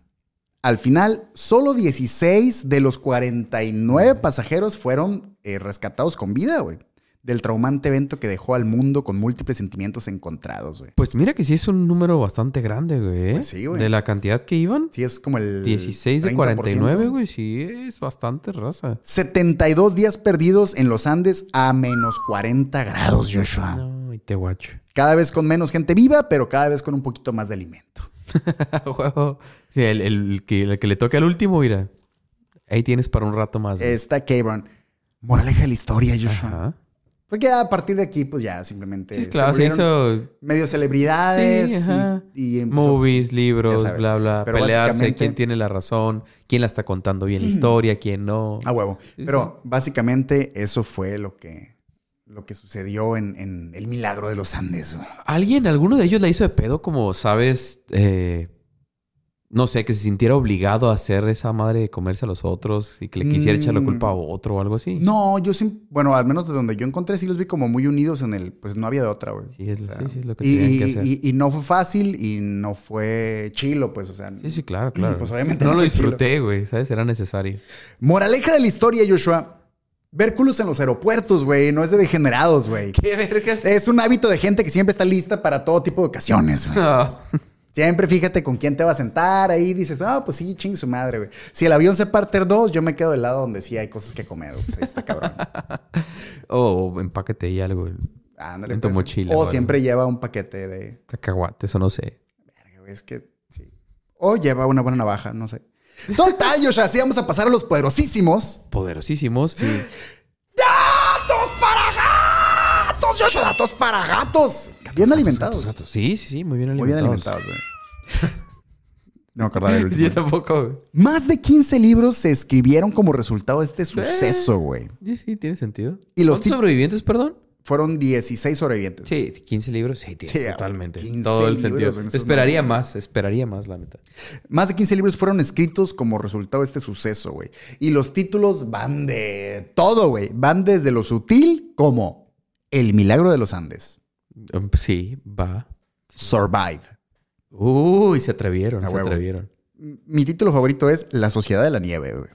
S3: Al final, solo 16 de los 49 pasajeros fueron eh, rescatados con vida, güey. Del traumante evento que dejó al mundo con múltiples sentimientos encontrados, güey.
S4: Pues mira que sí es un número bastante grande, güey. ¿eh?
S3: Pues sí, güey.
S4: De la cantidad que iban,
S3: Sí, es como el.
S4: 16 de 49, güey. Sí, es bastante raza.
S3: 72 días perdidos en los Andes a menos 40 grados, Joshua.
S4: No, y te (laughs) guacho.
S3: Cada vez con menos gente viva, pero cada vez con un poquito más de alimento.
S4: Ah, Huevo. sí, el, el que, el que le toque al último, mira. Ahí tienes para un rato más. güey.
S3: Está Cabron. Moraleja de la historia, Joshua.
S4: Pues Ajá.
S3: Porque a partir de aquí, pues ya simplemente
S4: Sí, claro,
S3: se
S4: se
S3: volvieron
S4: hizo
S3: medio celebridades
S4: Sí,
S3: y-
S4: ajá.
S3: y, empezó-
S4: movies, libros,
S3: sabes.
S4: bla, bla.
S3: Pero
S4: pelearse,
S3: básicamente- Mm.
S4: quién tiene la razón, quién la está contando bien la historia, quién no.
S3: a huevo. Pero básicamente eso fue lo que, lo que sucedió en, en el milagro de los Andes. güey.
S4: Alguien, alguno de ellos la hizo de pedo, como sabes, eh, no sé, que se sintiera obligado a hacer esa madre de comerse a los otros y que le quisiera echar la
S3: Mm.
S4: culpa a otro o algo así.
S3: No, yo sí, bueno, al menos de donde yo encontré, sí los vi como muy unidos en el, pues no había de otra, güey.
S4: Sí, es,
S3: O sea,
S4: sí, sí, es lo que
S3: y,
S4: tenían que
S3: y-
S4: hacer.
S3: y- y no fue fácil y no fue chilo, pues, o sea.
S4: sí, sí, claro, claro.
S3: Pues, obviamente
S4: no
S3: no
S4: lo
S3: fue chido.
S4: disfruté, güey, ¿sabes?
S3: (laughs)
S4: Era necesario.
S3: Moraleja de la historia, Joshua. Ver culos en los aeropuertos, güey, no es de degenerados, güey.
S4: ¿Qué vergas?
S3: Es un hábito de gente que siempre está lista para todo tipo de ocasiones,
S4: (laughs)
S3: güey.
S4: Ah.
S3: Siempre fíjate con quién te va a sentar. Ahí dices, ah, pues sí, ching su madre, güey. Si el avión se parte en dos, yo me quedo del lado donde sí hay cosas que comer. güey. Pues ahí está
S4: (laughs)
S3: cabrón.
S4: o empáquete ahí algo,
S3: Ándale,
S4: En tu
S3: pues.
S4: mochila,
S3: O
S4: vale.
S3: siempre lleva un paquete de.
S4: cacahuates o no sé.
S3: Verga, güey, Es que sí. O lleva una buena navaja, no sé. Total, Joshua, así vamos a pasar a los poderosísimos.
S4: Poderosísimos.
S3: ¡Datos para gatos! Joshua, datos para gatos. Bien alimentados.
S4: Gatos, gatos. Sí, sí, sí, muy bien
S3: Muy bien
S4: alimentados.
S3: alimentados, güey. No me acordaba
S4: (laughs)
S3: del último.
S4: Yo tampoco, güey.
S3: Más de 15 libros se escribieron como resultado de este suceso, güey.
S4: Sí, sí, tiene sentido.
S3: Y los
S4: ¿Cuántos
S3: ti-
S4: sobrevivientes, perdón?
S3: fueron 16 sobrevivientes.
S4: Sí, 15 libros, sí, tío,
S3: Sí,
S4: totalmente.
S3: 15
S4: Todo el
S3: libros,
S4: sentido.
S3: güey, eso es
S4: esperaría
S3: mamón.
S4: más, esperaría más, la neta.
S3: Más de 15 libros fueron escritos como resultado de este suceso, güey. Y los títulos van de todo, güey. Van desde lo sutil como El milagro de los Andes,
S4: Um, Sí, va.
S3: Survive.
S4: Uy, se atrevieron,
S3: A
S4: se
S3: huevo.
S4: atrevieron.
S3: Mi título favorito es La Sociedad de la Nieve, güey.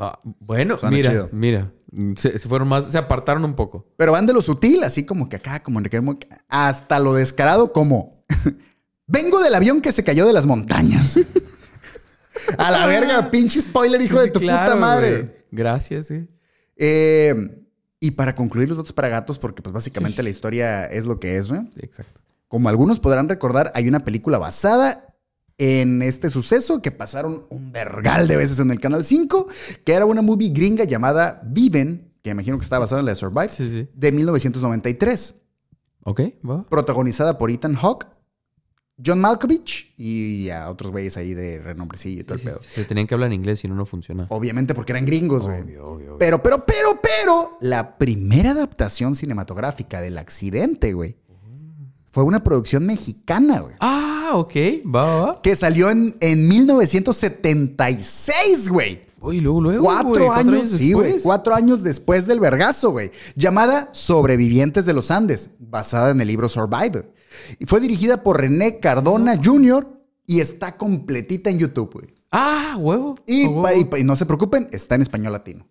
S4: Ah, bueno,
S3: Suena
S4: mira,
S3: chido.
S4: mira. Se, se fueron más, se apartaron un poco.
S3: Pero van de lo sutil, así como que acá, como que hasta lo descarado, como (laughs) vengo del avión que se cayó de las montañas. A la
S4: (laughs)
S3: verga, pinche spoiler, hijo de
S4: Sí,
S3: tu
S4: claro,
S3: puta madre.
S4: güey. Gracias, sí.
S3: Eh, y para concluir los datos para gatos, porque pues básicamente la historia es lo que es, güey.
S4: Sí, Exacto.
S3: Como algunos podrán recordar, hay una película basada en este suceso que pasaron un vergal de veces en el Canal 5, que era una movie gringa llamada Viven, que imagino que está basada en la de Survive,
S4: Sí, sí.
S3: de 1993,
S4: Ok, va.
S3: protagonizada por Ethan Hawke, John Malkovich y a otros güeyes ahí de renombrecillo y todo el pedo.
S4: Se tenían que hablar en inglés, si no, no funciona.
S3: Obviamente porque eran gringos, güey.
S4: Obvio, obvio, obvio.
S3: Pero, pero, pero, pero, la primera adaptación cinematográfica del accidente, güey, fue una producción mexicana, güey.
S4: Ah, ok, va, va, va.
S3: Que salió en, en 1976, güey.
S4: Uy, luego, luego.
S3: Cuatro,
S4: güey,
S3: años, sí, güey.
S4: después.
S3: Cuatro años después del vergazo, güey. Llamada Sobrevivientes de los Andes, basada en el libro Survivor. Y fue dirigida por René Cardona Jr. y está completita en YouTube, güey.
S4: Ah, huevo.
S3: Y,
S4: A huevo.
S3: pa- y pa- y no se preocupen, está en español latino.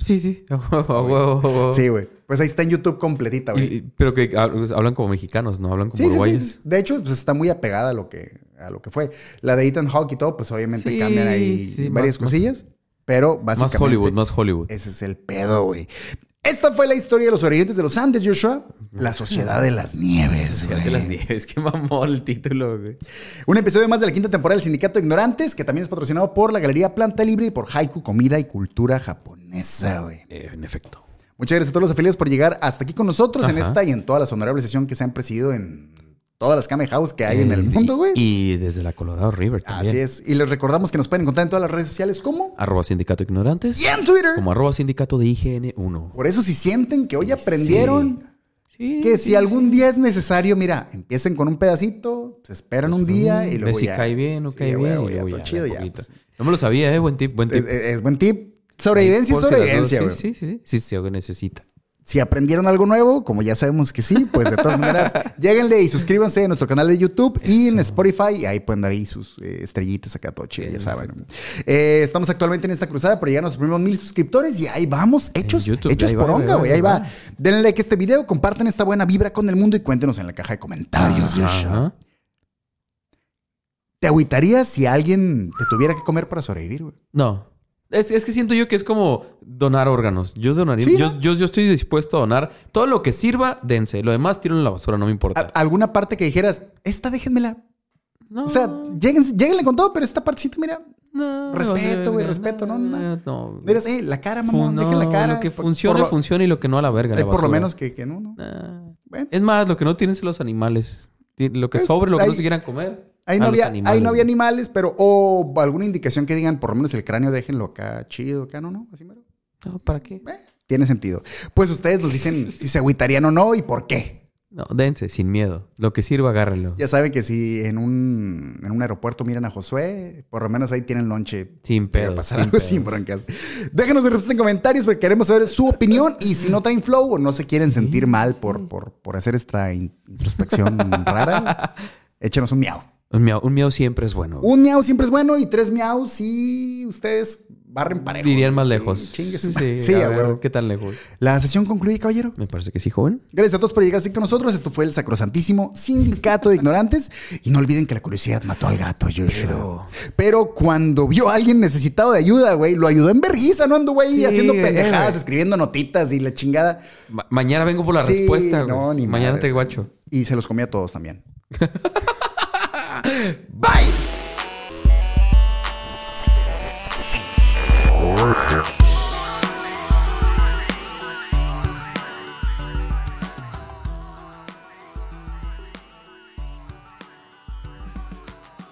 S4: Sí, sí. (laughs) A huevo, a huevo, a huevo.
S3: Sí, güey. Pues ahí está en YouTube completita, güey.
S4: Oh. Y- y- pero que hab- hablan como mexicanos, no hablan como
S3: Sí, sí,
S4: uruguayos.
S3: sí. De hecho, pues está muy apegada a lo que, a lo que fue. La de Ethan Hawke y todo, pues obviamente
S4: Sí,
S3: cambian ahí
S4: sí,
S3: varias
S4: más-
S3: cosillas. Pero básicamente... Eh,
S4: Más Hollywood, más Hollywood.
S3: Ese es el pedo, güey. Esta fue la historia de los sobrevivientes de los Andes, Joshua. La Sociedad de las Nieves,
S4: Sociedad de
S3: güey.
S4: las Nieves, qué mamón el título, güey.
S3: Un episodio más de la quinta temporada del Sindicato de Ignorantes, que también es patrocinado por la Galería Planta Libre y por Haiku Comida y Cultura Japonesa, güey.
S4: Eh, en efecto.
S3: Muchas gracias a todos los afiliados por llegar hasta aquí con nosotros en
S4: Ajá.
S3: esta y en todas las honorables sesiones que se han presidido en todas las Kame House que hay en el mundo, güey.
S4: Y desde la Colorado River también.
S3: Así es. Y les recordamos que nos pueden encontrar en todas las redes sociales como
S4: Arroba Sindicato Ignorantes.
S3: y en Twitter.
S4: Como arroba Sindicato de IGN1.
S3: Por eso si sienten que hoy aprendieron
S4: Sí,
S3: que
S4: sí,
S3: si algún día es necesario, mira, empiecen con un pedacito, se esperan un día y
S4: Pues Ve
S3: luego
S4: si
S3: ya.
S4: cae bien o
S3: Sí,
S4: cae
S3: ya,
S4: bien.
S3: güey,
S4: y
S3: ya,
S4: luego
S3: todo
S4: ya,
S3: chido,
S4: de
S3: ya,
S4: poquito.
S3: pues.
S4: No me lo sabía, eh. Buen tip, buen
S3: Es,
S4: tip.
S3: es- es buen tip. Sobrevivencia y
S4: Por si las dudas,
S3: sobrevivencia,
S4: sí,
S3: güey.
S4: Sí, sí, sí. Sí, se necesita.
S3: Si aprendieron algo nuevo, como ya sabemos que sí, pues de todas
S4: (laughs)
S3: maneras, lléguenle y suscríbanse a nuestro canal de YouTube y en Spotify. Y ahí pueden dar ahí sus eh, estrellitas acá, todo chido, ya saben. Eh, estamos actualmente en esta cruzada por llegar a los primeros mil suscriptores y ahí vamos, hechos,
S4: En YouTube,
S3: hechos
S4: ahí va,
S3: por onda,
S4: ahí va,
S3: güey.
S4: ahí
S3: Ahí va.
S4: va.
S3: Denle like a este video, compartan esta buena vibra con el mundo y cuéntenos en la caja de comentarios, Joshua.
S4: Ajá.
S3: ¿Te agüitarías si alguien te tuviera que comer para sobrevivir, güey?
S4: No. Es, es que siento yo que es como donar órganos. Yo donaría.
S3: Sí,
S4: yo,
S3: ¿no?
S4: yo, yo estoy dispuesto a donar. Todo lo que sirva, dense. Lo demás tiro en la basura, no me
S3: A-
S4: importa.
S3: ¿Alguna parte que dijeras, esta déjenmela?
S4: no,
S3: Ah, O sea, lléguense- lléguenle con todo, pero esta partecita, mira,
S4: no,
S3: respeto, güey,
S4: no,
S3: respeto, no, no.
S4: no.
S3: Dices, eh, la cara, mamón,
S4: No,
S3: dejen la cara.
S4: Lo que
S3: Por-
S4: funcione,
S3: por lo-
S4: funcione y lo que no a la verga. a la
S3: eh, por lo
S4: basura.
S3: menos que, que no, no.
S4: Nah.
S3: Bueno,
S4: Es más, lo que no tienen son los animales. Ti- Lo que
S3: Pues,
S4: sobre, lo que
S3: ahí-
S4: no se quieran comer.
S3: ahí,
S4: a
S3: no
S4: los
S3: había, ahí
S4: animales.
S3: no había animales, pero o alguna indicación que digan, por lo menos el cráneo déjenlo acá, chido, acá, no, no, así mero.
S4: No, ¿Para qué?
S3: Eh, tiene sentido. Pues ustedes nos dicen si se agüitarían o no y por qué.
S4: No, dense, sin miedo. Lo que sirva, agárrenlo.
S3: Ya saben que si en un, en un aeropuerto miran a Josué, por lo menos ahí tienen lonche.
S4: Sin
S3: Pero
S4: pedos,
S3: pasar
S4: sin
S3: algo sin
S4: pedos.
S3: broncas. Déjenos de repente en comentarios porque queremos saber su opinión y si no traen flow o no se quieren sentir mal por, por, por hacer esta in-
S4: (laughs)
S3: introspección rara, échenos un miau.
S4: Un miedo, un miau siempre es bueno.
S3: Un miau siempre es bueno y tres miaus si ustedes barren parejo.
S4: Dirían más
S3: Sí,
S4: lejos.
S3: chingue su
S4: sí,
S3: madre. Sí,
S4: a
S3: a
S4: ver,
S3: huevo.
S4: ¿Qué tan lejos?
S3: La sesión concluye, caballero.
S4: Me parece que sí, joven.
S3: Gracias a todos por llegar así con nosotros. Esto fue el sacrosantísimo Sindicato de Ignorantes. Y no olviden que la curiosidad mató al gato, Joshua. Pero,
S4: Pero-
S3: cuando vio a alguien necesitado de ayuda, güey, lo ayudó en vergüenza, ¿no? Ando, güey,
S4: Sí,
S3: haciendo
S4: güey,
S3: pendejadas,
S4: güey.
S3: escribiendo notitas y la chingada.
S4: Ma- mañana vengo por la
S3: Sí,
S4: respuesta, güey.
S3: no, ni
S4: mañana
S3: madres.
S4: te guacho.
S3: Y se los comía a todos también.